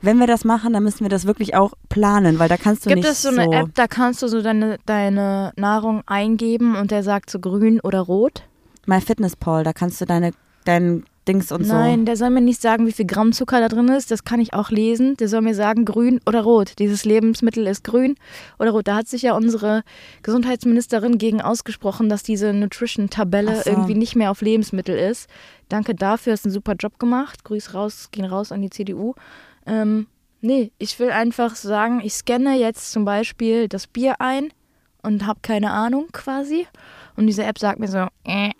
Wenn wir das machen, dann müssen wir das wirklich auch planen, weil da kannst du
Gibt
nicht
es so eine App, da kannst du so deine, deine Nahrung eingeben und der sagt so grün oder rot?
MyFitnessPal, da kannst du deine dein Dings und so.
Nein, der soll mir nicht sagen, wie viel Gramm Zucker da drin ist. Das kann ich auch lesen. Der soll mir sagen, grün oder rot. Dieses Lebensmittel ist grün oder rot. Da hat sich ja unsere Gesundheitsministerin gegen ausgesprochen, dass diese Nutrition-Tabelle
Ach so.
irgendwie nicht mehr auf Lebensmittel ist. Danke dafür, hast einen super Job gemacht. Grüß raus, gehen raus an die CDU. Ähm, nee, ich will einfach sagen, ich scanne jetzt zum Beispiel das Bier ein und habe keine Ahnung quasi. Und diese App sagt mir so, äh,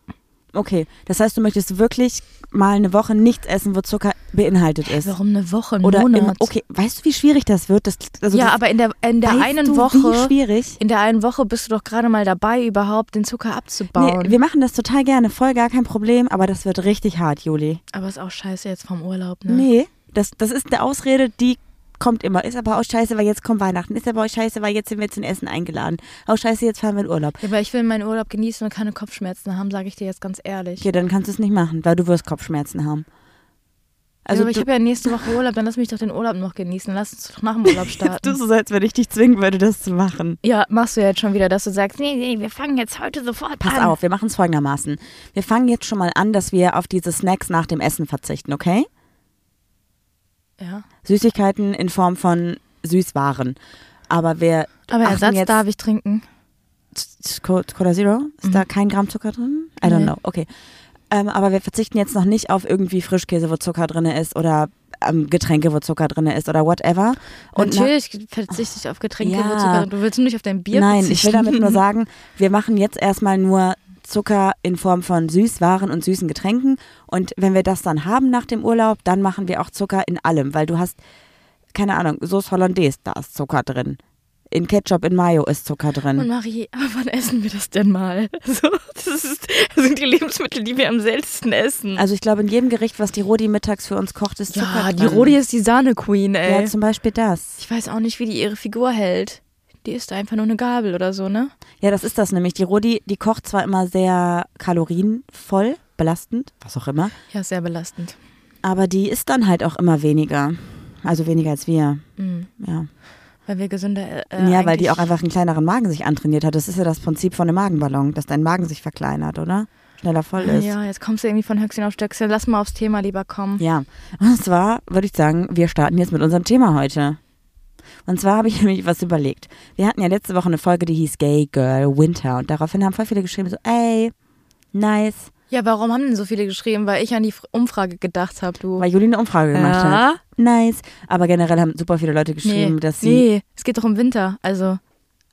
Okay, das heißt, du möchtest wirklich mal eine Woche nichts essen, wo Zucker beinhaltet ist.
warum eine Woche, einen
Oder im-
Monat?
okay, weißt du, wie schwierig das wird? Das, also
ja,
das,
aber in der, in der
weißt
einen
du, Wie
Woche.
schwierig?
In der einen Woche bist du doch gerade mal dabei, überhaupt den Zucker
Nee,
abzubauen.
wir machen das total gerne, voll gar kein Problem, aber das wird richtig hart, Juli.
aber ist auch scheiße jetzt vom Urlaub, ne?
Nee, das, das ist eine Ausrede, die kommt immer. Ist aber auch scheiße, weil jetzt kommt Weihnachten. Ist aber auch scheiße, weil jetzt sind wir zum Essen eingeladen. Auch scheiße, jetzt fahren wir in Urlaub.
Ja, Aber ich will meinen Urlaub genießen und keine Kopfschmerzen haben, sage ich dir jetzt ganz ehrlich.
Okay, dann kannst du es nicht machen, weil du wirst Kopfschmerzen haben. Also
ja, aber ich
du,
habe ja nächste Woche Urlaub, dann lass mich doch den Urlaub noch genießen. Lass uns doch nach dem
<laughs>
Urlaub
du
starten.
so, als wenn ich dich zwingen würde, das zu machen.
ja, machst du ja jetzt schon wieder, dass du sagst, nee, nee, wir fangen jetzt heute sofort
Pass
an.
auf, wir machen es folgendermaßen. Wir fangen jetzt schon mal an, dass wir auf diese Snacks nach dem Essen verzichten, okay?
Ja.
Süßigkeiten in Form von Süßwaren. Aber wir
Aber
achten
Ersatz
jetzt,
darf ich trinken.
Cola Zero? Ist da kein Gramm Zucker drin? I don't
Nee.
know. Okay. Ähm, aber wir verzichten jetzt noch nicht auf irgendwie Frischkäse, wo Zucker drin ist oder ähm, Getränke, wo Zucker drin ist oder whatever. Und na-
Natürlich verzichte ich auf Getränke,
Ja.
wo Zucker. Du willst nicht auf dein Bier
Nein, ich
verzichten.
will damit nur sagen, wir machen jetzt erstmal nur Zucker in Form von Süßwaren und süßen Getränken. Und wenn wir das dann haben nach dem Urlaub, dann machen wir auch Zucker in allem, weil du hast, keine Ahnung, Sauce Hollandaise, da ist Zucker drin. In Ketchup, in Mayo ist Zucker
Und
drin.
Marie, aber wann essen wir das denn mal? <laughs> So, das, ist, das sind die Lebensmittel, die wir am seltensten essen.
Also ich glaube, in jedem Gericht, was die Rodi mittags für uns kocht, ist Zucker
ja,
drin.
die Rodi ist die Sahne-Queen, ey.
Ja, zum Beispiel das.
ich weiß auch nicht, wie die ihre Figur hält. Die ist einfach nur eine Gabel oder so, ne?
Ja, das ist das nämlich. Die Rodi, die kocht zwar immer sehr kalorienvoll, belastend, was auch immer,
Ja, sehr belastend.
aber die isst dann halt auch immer weniger. Also weniger als wir.
Mhm.
Ja,
Weil wir gesünder. Äh,
ja weil die auch
eigentlich-
einfach einen kleineren Magen sich antrainiert hat. Das ist ja das Prinzip von einem Magenballon, dass dein Magen sich verkleinert, oder? Schneller voll ist.
Ah, Ja, jetzt kommst du irgendwie von Höchstchen auf Stöckchen. Lass mal aufs Thema lieber kommen.
Ja, und zwar würde ich sagen, wir starten jetzt mit unserem Thema heute. Und zwar habe ich <laughs> nämlich was überlegt. Wir hatten ja letzte Woche eine Folge, die hieß Gay Girl Winter. Und daraufhin haben voll viele geschrieben, so, ey, nice.
Ja, warum haben denn so viele geschrieben? Weil ich an die F- Umfrage gedacht habe, du. Ah,
Weil Juli eine Umfrage gemacht hat.
ja.
Nice. Aber generell haben super viele Leute geschrieben,
Nee,
dass sie.
nee, es geht doch um Winter. Also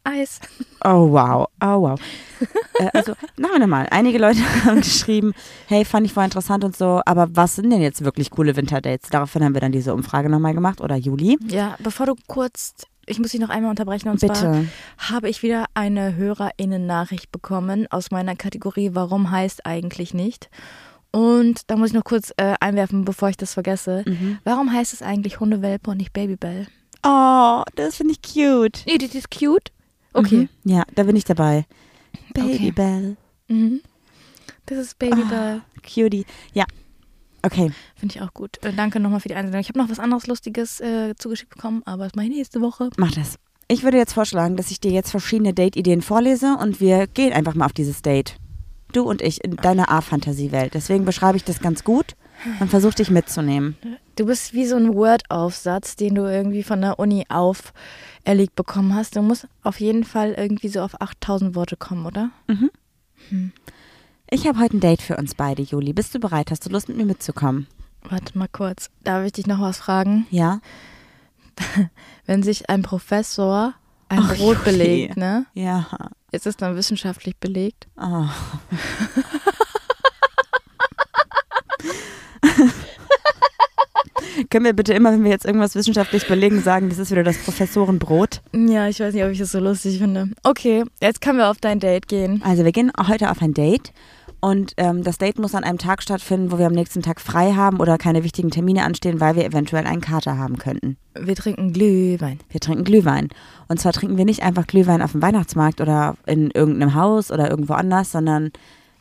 Eis.
Oh wow, oh <laughs> wow. äh, also, machen wir nochmal. Einige Leute <laughs> haben geschrieben, hey, fand ich voll interessant und so, aber was sind denn jetzt wirklich coole Winterdates? Daraufhin haben wir dann diese Umfrage nochmal gemacht oder Juli.
Ja, bevor du kurz, ich muss dich noch einmal unterbrechen und zwar
Bitte.
habe ich wieder eine Hörerinnen-Nachricht bekommen aus meiner Kategorie Warum heißt eigentlich nicht? Und da muss ich noch kurz äh, einwerfen, bevor ich das vergesse. Warum heißt es eigentlich Hundewelpe und nicht Babybell?
Oh, das finde ich cute.
Nee, das ist cute. Okay.
Mhm. Ja, da bin ich dabei.
Okay.
Babybell,
Mhm. Das ist Babybell.
cutie. Ja, okay.
Finde ich auch gut. Äh, danke nochmal für die Einsendung. Ich habe noch was anderes Lustiges äh, zugeschickt bekommen, aber das mache ich nächste Woche.
Mach das. Ich würde jetzt vorschlagen, dass ich dir jetzt verschiedene Date-Ideen vorlese und wir gehen einfach mal auf dieses Date. Du und ich in deiner A-Fantasiewelt. Deswegen beschreibe ich das ganz gut und versuche dich mitzunehmen.
Du bist wie so ein Word-Aufsatz, den du irgendwie von der Uni auferlegt bekommen hast. Du musst auf jeden Fall irgendwie so auf 8000 Worte kommen, oder?
Ich habe heute ein Date für uns beide, Juli. Bist du bereit? Hast du Lust, mit mir mitzukommen?
Warte mal kurz. Darf ich dich noch was fragen?
Ja?
Wenn sich ein Professor ein
Ach,
Brot
Juli.
belegt, ne?
Ja.
Ist es dann wissenschaftlich belegt?
Oh. <laughs> Können wir bitte immer, wenn wir jetzt irgendwas wissenschaftlich belegen, sagen, das ist wieder das Professorenbrot?
Ja, ich weiß nicht, ob ich das so lustig finde. Okay, jetzt können wir auf dein Date gehen.
Also wir gehen heute auf ein Date und ähm, das Date muss an einem Tag stattfinden, wo wir am nächsten Tag frei haben oder keine wichtigen Termine anstehen, weil wir eventuell einen Kater haben könnten.
Wir trinken Glühwein.
Wir trinken Glühwein. Und zwar trinken wir nicht einfach Glühwein auf dem Weihnachtsmarkt oder in irgendeinem Haus oder irgendwo anders, sondern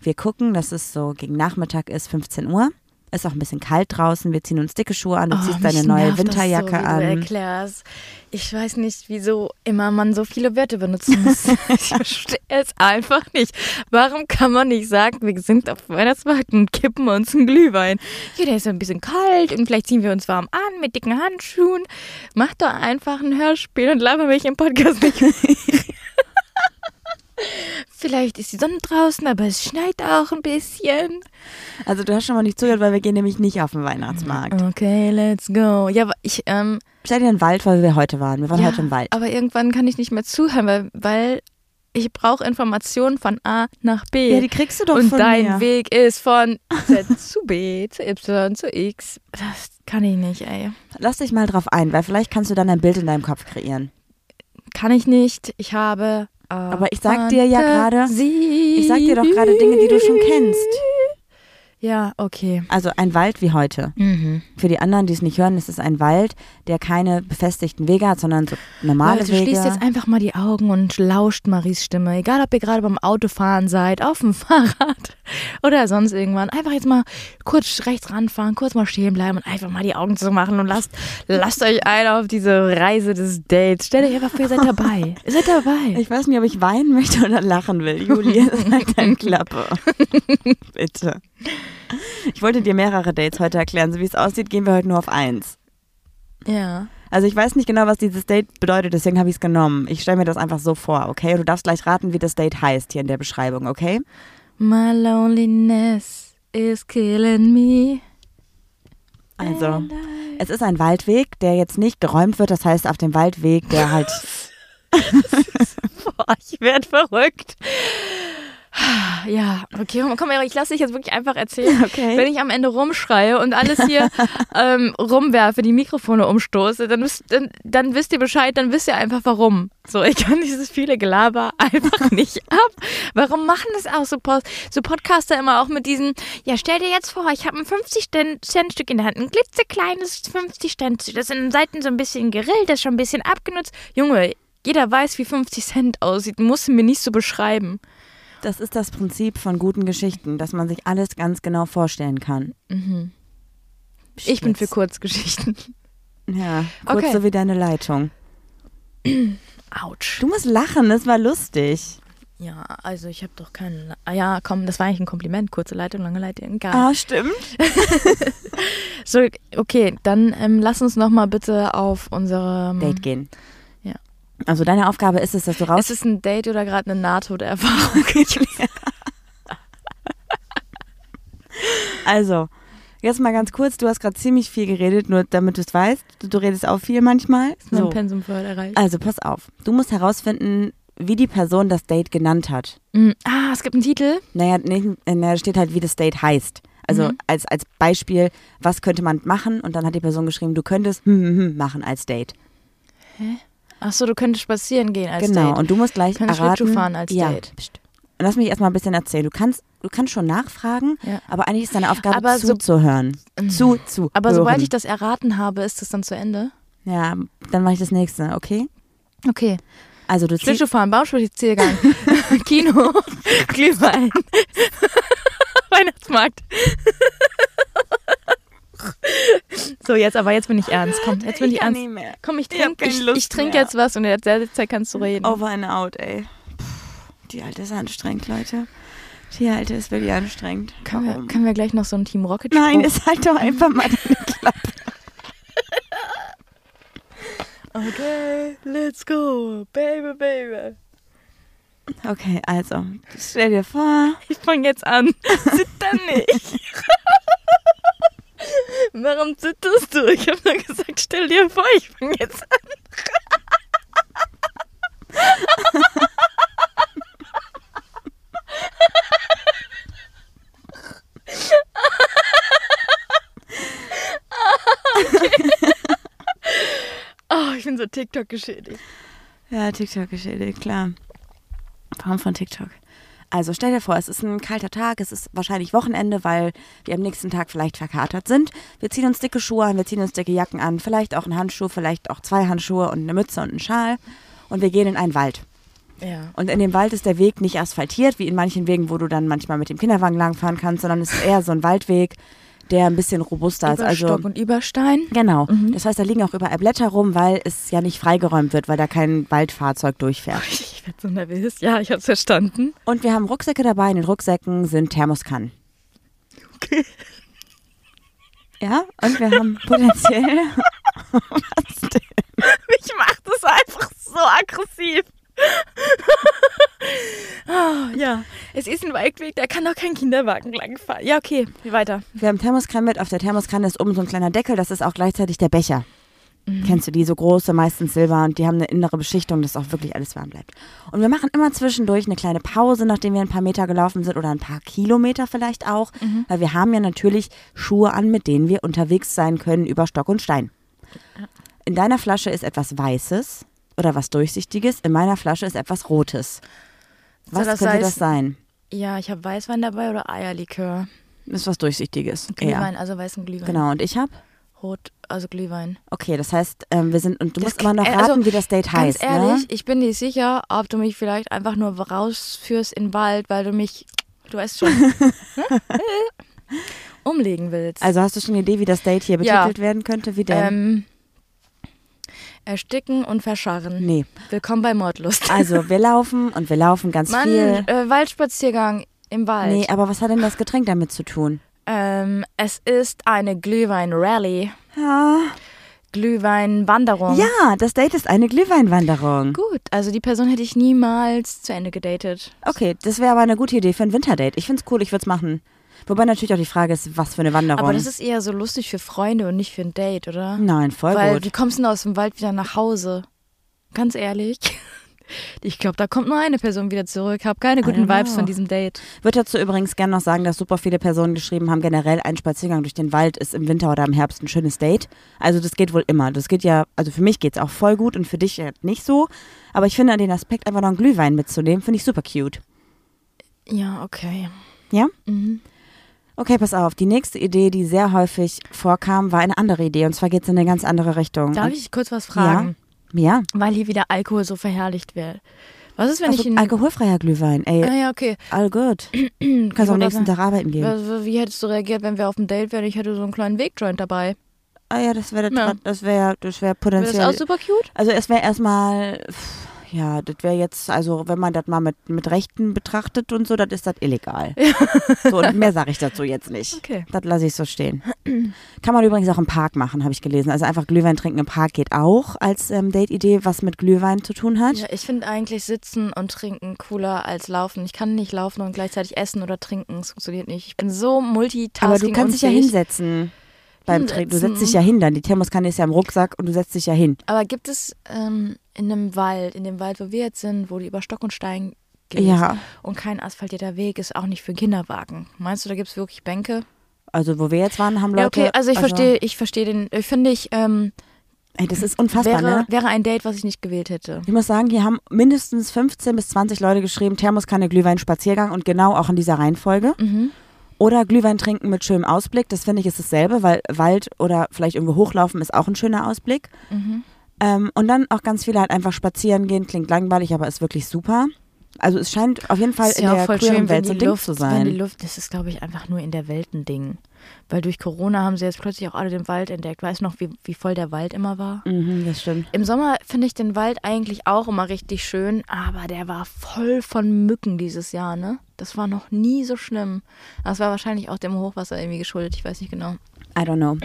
wir gucken, dass es so gegen Nachmittag ist, 15 Uhr. Ist auch ein bisschen kalt draußen. Wir ziehen uns dicke Schuhe an. Du ziehst
Oh, Ah,
deine
mich
neue
nervt das
Winterjacke
so, wie Du
an.
erklärst. Ich weiß nicht, wieso immer man so viele Wörter benutzen muss.
<laughs>
ich verstehe es einfach nicht. Warum kann man nicht sagen, wir sind auf Weihnachtsmarkt und kippen uns einen Glühwein? Ja, der ist ein bisschen kalt und vielleicht ziehen wir uns warm an mit dicken Handschuhen. Mach doch einfach ein Hörspiel und laber mich im Podcast
<laughs>
nicht. Vielleicht ist die Sonne draußen, aber es schneit auch ein bisschen.
Also du hast schon mal nicht zugehört, weil wir gehen nämlich nicht auf den Weihnachtsmarkt.
Okay, let's go. Ja, aber ich, ähm,
Stell dir einen Wald vor, wie wir heute waren. Wir waren heute im Wald.
Aber irgendwann kann ich nicht mehr zuhören, weil, weil ich brauche Informationen von A nach B.
Ja, die kriegst du doch
und
von
dein
mir.
Weg ist von Z <laughs> zu B, zu Y, zu X. Das kann ich nicht, ey.
Lass dich mal drauf ein, weil vielleicht kannst du dann ein Bild in deinem Kopf kreieren.
Kann ich nicht. Ich habe.
Aber ich sag dir ja gerade-
Ich
sag dir doch gerade Dinge, die du schon kennst.
Ja, okay.
Also ein Wald wie heute.
Mhm.
Für die anderen, die es nicht hören, es ist ein Wald, der keine befestigten Wege hat, sondern so normale
Leute,
Wege.
schließt jetzt einfach mal die Augen und lauscht Maries Stimme. Egal, ob ihr gerade beim Autofahren seid, auf dem <laughs> Fahrrad oder sonst irgendwann. Einfach jetzt mal kurz rechts ranfahren, kurz mal stehen bleiben und einfach mal die Augen zu machen und lasst, lasst euch ein auf diese Reise des Dates. Stellt euch einfach vor, ihr seid dabei. Ihr seid dabei.
Ich weiß nicht, ob ich weinen möchte oder lachen
<laughs>
will. Juli, es ist halt deine Klappe. <laughs> Bitte. Ich wollte dir mehrere Dates heute erklären. So wie es aussieht, gehen wir heute nur auf eins.
Ja.
Also ich weiß nicht genau, was dieses Date bedeutet, deswegen habe ich es genommen. Ich stelle mir das einfach so vor, okay? Du darfst gleich raten, wie das Date heißt hier in der Beschreibung, okay?
My loneliness is killing me.
Also, es ist ein Waldweg, der jetzt nicht geräumt wird. Das heißt, auf dem Waldweg, der halt...
Boah, ich werde verrückt. Ja, okay, komm, Erik, ich lasse dich jetzt wirklich einfach erzählen.
Okay.
Wenn ich am Ende rumschreie und alles hier ähm, rumwerfe, die Mikrofone umstoße, dann, wisst- dann, dann wisst ihr Bescheid, dann wisst ihr einfach warum. So, ich kann <laughs> dieses viele Gelaber einfach <laughs> nicht ab. Warum machen das auch so, Post, so Podcaster immer auch mit diesen, ja, stell dir jetzt vor, ich habe ein 50-Cent-Stück in der Hand, ein klitzekleines 50-Cent-Stück, das ist an den Seiten so ein bisschen gerillt, das ist schon ein bisschen abgenutzt. Junge, jeder weiß, wie 50 Cent aussieht, musst du mir nicht so beschreiben.
Das ist das Prinzip von guten Geschichten, dass man sich alles ganz genau vorstellen kann.
Mhm. Ich bin für
Jetzt.
Kurzgeschichten.
Ja, kurz
Okay.
so wie deine Leitung.
Autsch.
Du musst lachen, das war lustig.
Ja, also ich habe doch keinen. Ah Ja, komm, das war eigentlich ein Kompliment. Kurze Leitung, lange Leitung, gar.
Ah, stimmt.
So, okay, dann ähm, lass uns noch mal bitte auf unserem.
Date gehen.
Mhm. Ja.
Also deine Aufgabe ist es, dass du raus...
Ist es ein Date oder gerade eine
<laughs>
Nahtoderfahrung?
Also, jetzt mal ganz kurz, du hast gerade ziemlich viel geredet, nur damit du es weißt. Du, du redest auch viel manchmal.
mein
So.
Pensum für heute erreicht.
Also, pass auf. Du musst herausfinden, wie die Person das Date genannt hat.
Mm, Ah, es gibt einen Titel.
Naja, nicht, äh, naja, steht halt, wie das Date heißt. Also
Mhm.
als, als Beispiel, was könnte man machen? Und dann hat die Person geschrieben, du könntest hm, hm, hm machen als Date.
Achso, du könntest spazieren gehen als
genau.
Date.
Und du musst gleich
Könntest
erraten.
Schlittschuh fahren als
ja.
Date.
Psst. Und lass mich erstmal ein bisschen erzählen. Du kannst, du kannst schon nachfragen,
Ja.
aber eigentlich ist deine Aufgabe
Aber so- Mhm.
zuzuhören. zu, zu.
Aber
hören.
sobald ich das erraten habe, ist das dann zu Ende.
Ja, dann mache ich das nächste, okay?
Okay.
Also du ziehst.
Schlittschuhfahren, Baumspaziergang, <laughs> Kino, <laughs> Glühwein, <laughs> Weihnachtsmarkt. so, jetzt aber, jetzt bin ich ernst. Komm, jetzt bin ich, ernst.
mehr.
Komm, ich
Ich hab
trinke
keine
ich,
Lust
ich trink
mehr.
jetzt was und in der Zeit kannst du reden.
Over and out, ey. Puh, die alte ist anstrengend, Leute. Die alte ist wirklich anstrengend.
können, wir,
Warum?
können wir gleich noch so ein Team Rocket
Nein,
Spruch-
es halt doch einfach mal deine Klappe.
Okay, let's go, baby, baby.
Okay, also, stell dir vor.
Ich fange jetzt <laughs> an. Zitter nicht. Warum zitterst du? Ich habe nur gesagt, stell dir vor, ich fange jetzt an. <laughs> Oh, ich bin so TikTok geschädigt.
Ja, TikTok geschädigt, klar. Warum von TikTok? Also stell dir vor, es ist ein kalter Tag, es ist wahrscheinlich Wochenende, weil wir am nächsten Tag vielleicht verkatert sind. Wir ziehen uns dicke Schuhe an, wir ziehen uns dicke Jacken an, vielleicht auch einen Handschuh, vielleicht auch zwei Handschuhe und eine Mütze und einen Schal. Und wir gehen in einen Wald.
Ja.
Und in dem Wald ist der Weg nicht asphaltiert, wie in manchen Wegen, wo du dann manchmal mit dem Kinderwagen langfahren kannst, sondern es ist eher so ein Waldweg, der ein bisschen robuster ist.
Über
Also
Stock und Überstein.
Genau. Das heißt, da liegen auch überall Blätter rum, weil es ja nicht freigeräumt wird, weil da kein Waldfahrzeug durchfährt.
Ich werde so nervös. Ja, ich hab's verstanden.
Und wir haben Rucksäcke dabei. In den Rucksäcken sind Thermoskannen.
Okay.
Ja, und wir haben <laughs> potenziell. Was denn?
<laughs> Mich macht es einfach so aggressiv. <laughs> Ah, ja, es ist ein Waldweg, da kann doch kein Kinderwagen langfahren. Ja, okay, weiter.
wir haben Thermoskannen mit. Auf der Thermoskanne ist oben so ein kleiner Deckel. Das ist auch gleichzeitig der Becher. Kennst du die? So große, meistens silber. Und die haben eine innere Beschichtung, dass auch wirklich alles warm bleibt. Und wir machen immer zwischendurch eine kleine Pause, nachdem wir ein paar Meter gelaufen sind oder ein paar Kilometer vielleicht auch. Weil wir haben ja natürlich Schuhe an, mit denen wir unterwegs sein können über Stock und Stein. In deiner Flasche ist etwas Weißes oder was Durchsichtiges. In meiner Flasche ist etwas Rotes.
Soll
Was
das
könnte das
heißen-
sein?
Ja, ich habe Weißwein dabei oder Eierlikör.
Das ist was Durchsichtiges.
Glühwein, also weißen Glühwein.
Genau, und ich habe?
Rot, also Glühwein.
Okay, das heißt, ähm, wir sind und du
Das
musst immer noch
kl-
raten,
also,
wie das Date heißt.
Ganz ehrlich,
ne?
ich bin nicht sicher, ob du mich vielleicht einfach nur rausführst in den Wald, weil du mich, du weißt <laughs> schon, ne? umlegen willst.
Also hast du schon eine Idee, wie das Date hier
Ja.
betitelt werden könnte? Wie denn?
Ähm, ersticken und verscharren.
nee.
Willkommen bei <laughs> Mordlust.
Also wir laufen und wir laufen ganz
Mann, halt.
viel.
äh, Waldspaziergang im Wald.
Nee, äh aber was hat denn das Getränk damit zu tun?
Ähm, es ist eine Glühwein-Rally.
Ja.
Glühweinwanderung.
Ja, das Date ist eine Glühweinwanderung.
Gut, also die Person hätte ich niemals zu Ende gedatet.
Okay, das wäre aber eine gute Idee für ein Winterdate. Ich find's cool, ich würde es machen. Wobei natürlich auch die Frage ist, was für eine Wanderung.
Aber das ist eher so lustig für Freunde und nicht für ein Date, oder?
Nein, voll
Weil
gut.
wie kommst du denn aus dem Wald wieder nach Hause? Ganz ehrlich. <laughs> Ich glaube, da kommt nur eine Person wieder zurück. Hab keine guten
don't
Vibes
know.
von diesem Date.
Wird dazu übrigens gerne noch sagen, dass super viele Personen geschrieben haben, generell ein Spaziergang durch den Wald ist im Winter oder im Herbst ein schönes Date. Also das geht wohl immer. Das geht ja, also für mich geht's auch voll gut und für dich äh, nicht so. Aber ich finde den Aspekt einfach noch einen Glühwein mitzunehmen, finde ich super cute.
Ja, okay.
Ja?
Mhm.
Okay, pass auf. Die nächste Idee, die sehr häufig vorkam, war eine andere Idee. Und zwar geht's in eine ganz andere Richtung.
Darf
Und-
ich kurz was fragen?
Ja.
Weil hier wieder Alkohol so verherrlicht wird. Was ist, wenn
Also,
ich in.
alkoholfreier Glühwein, ey.
ah, ja, okay. <clears throat>
All good. Du kannst auch am
wollte
nächsten
sagen-
Tag arbeiten gehen.
Also, wie hättest du reagiert, wenn wir auf dem Date wären? Ich hätte so einen kleinen Wegjoint dabei.
Ah ja, das wäre
Ja.
das wäre das wäre
Wäre das auch
potenziell.
super cute?
Also es wäre erstmal pff, ja, das wäre jetzt also, wenn man das mal mit mit Rechten betrachtet und so, dann ist das illegal. <laughs> so und mehr sage ich dazu jetzt nicht.
Okay.
Das lasse ich
<clears throat>
so stehen. Kann man übrigens auch im Park machen, habe ich gelesen. Also einfach Glühwein trinken im Park geht auch als ähm, Date-Idee, was mit Glühwein zu tun hat.
Ja, ich finde eigentlich sitzen und trinken cooler als laufen. Ich kann nicht laufen und gleichzeitig essen oder trinken. Es funktioniert nicht. Ich bin so multitasking.
Aber du kannst dich ja
unfähig.
hinsetzen beim Trinken. Du setzt
Hinsetzen.
dich ja hin, dann die Thermoskanne ist ja im Rucksack und du setzt dich ja hin.
Aber gibt es ähm, in einem Wald, in dem Wald, wo wir jetzt sind, wo du über Stock und Stein gehst
Ja.
und kein asphaltierter Weg ist, auch nicht für Kinderwagen. Meinst du, da gibt es wirklich Bänke?
Also wo wir jetzt waren, haben
ja,
Leute.
okay, also ich verstehe, ich verstehe den, ich finde ich, ähm,
Ey, das ist
wäre,
unfassbar, ne?
wäre ein Date, was ich nicht gewählt hätte.
Ich muss sagen, hier haben mindestens 15 bis 20 Leute geschrieben, Thermoskanne, Glühwein, Spaziergang und genau auch in dieser Reihenfolge.
Mhm.
Oder Glühwein trinken mit schönem Ausblick, das finde ich ist dasselbe, weil Wald oder vielleicht irgendwo hochlaufen ist auch ein schöner Ausblick.
Mhm.
Ähm, und dann auch ganz viele halt einfach spazieren gehen, klingt langweilig, aber ist wirklich super. Also es scheint auf jeden Fall
ist
in
ja auch
der
voll
queeren
schön, wenn
Welt so
die
ein Ding
Luft,
zu
wenn die
sein.
Luft, das ist glaube ich einfach nur in der Welt ein Ding. Weil durch Corona haben sie jetzt plötzlich auch alle den Wald entdeckt. Weißt du noch, wie, wie voll der Wald immer war?
Mhm, das stimmt.
Im Sommer finde ich den Wald eigentlich auch immer richtig schön, aber der war voll von Mücken dieses Jahr, ne? Das war noch nie so schlimm. Das war wahrscheinlich auch dem Hochwasser irgendwie geschuldet, ich weiß nicht genau.
I don't know.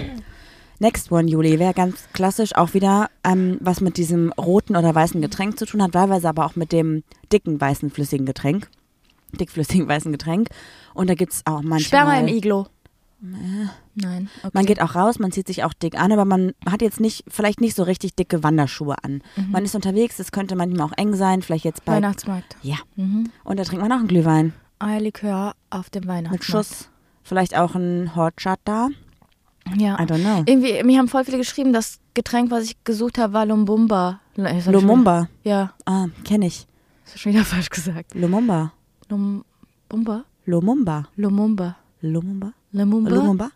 Next one, Juli, wäre ganz klassisch auch wieder, ähm, was mit diesem roten oder weißen Getränk zu tun hat, teilweise aber auch mit dem dicken, weißen, flüssigen Getränk. Dickflüssigen, weißen Getränk. Und da gibt's auch manchmal...
Sperma im Iglo. Nein. Okay.
Man geht auch raus, man zieht sich auch dick an, aber man hat jetzt nicht, vielleicht nicht so richtig dicke Wanderschuhe an.
Mhm.
Man ist unterwegs, das könnte manchmal auch eng sein, vielleicht jetzt bei...
Weihnachtsmarkt.
Ja.
Mhm.
Und da trinkt man auch einen Glühwein
Eierlikör auf dem Weihnachtsmarkt.
mit Schuss. Vielleicht auch einen Hotshot da.
Ja.
I don't know.
Irgendwie, mir haben voll viele geschrieben, das Getränk, was ich gesucht habe, war Lumbumba. Jetzt hab ich schon
Lumumba.
wieder- Ja,
Ah, kenne ich.
das ist schon wieder <laughs> falsch gesagt.
Lumumba.
Lumbumba?
Lumumba.
Lumumba.
Lumumba?
Lumumba?
Lumumba?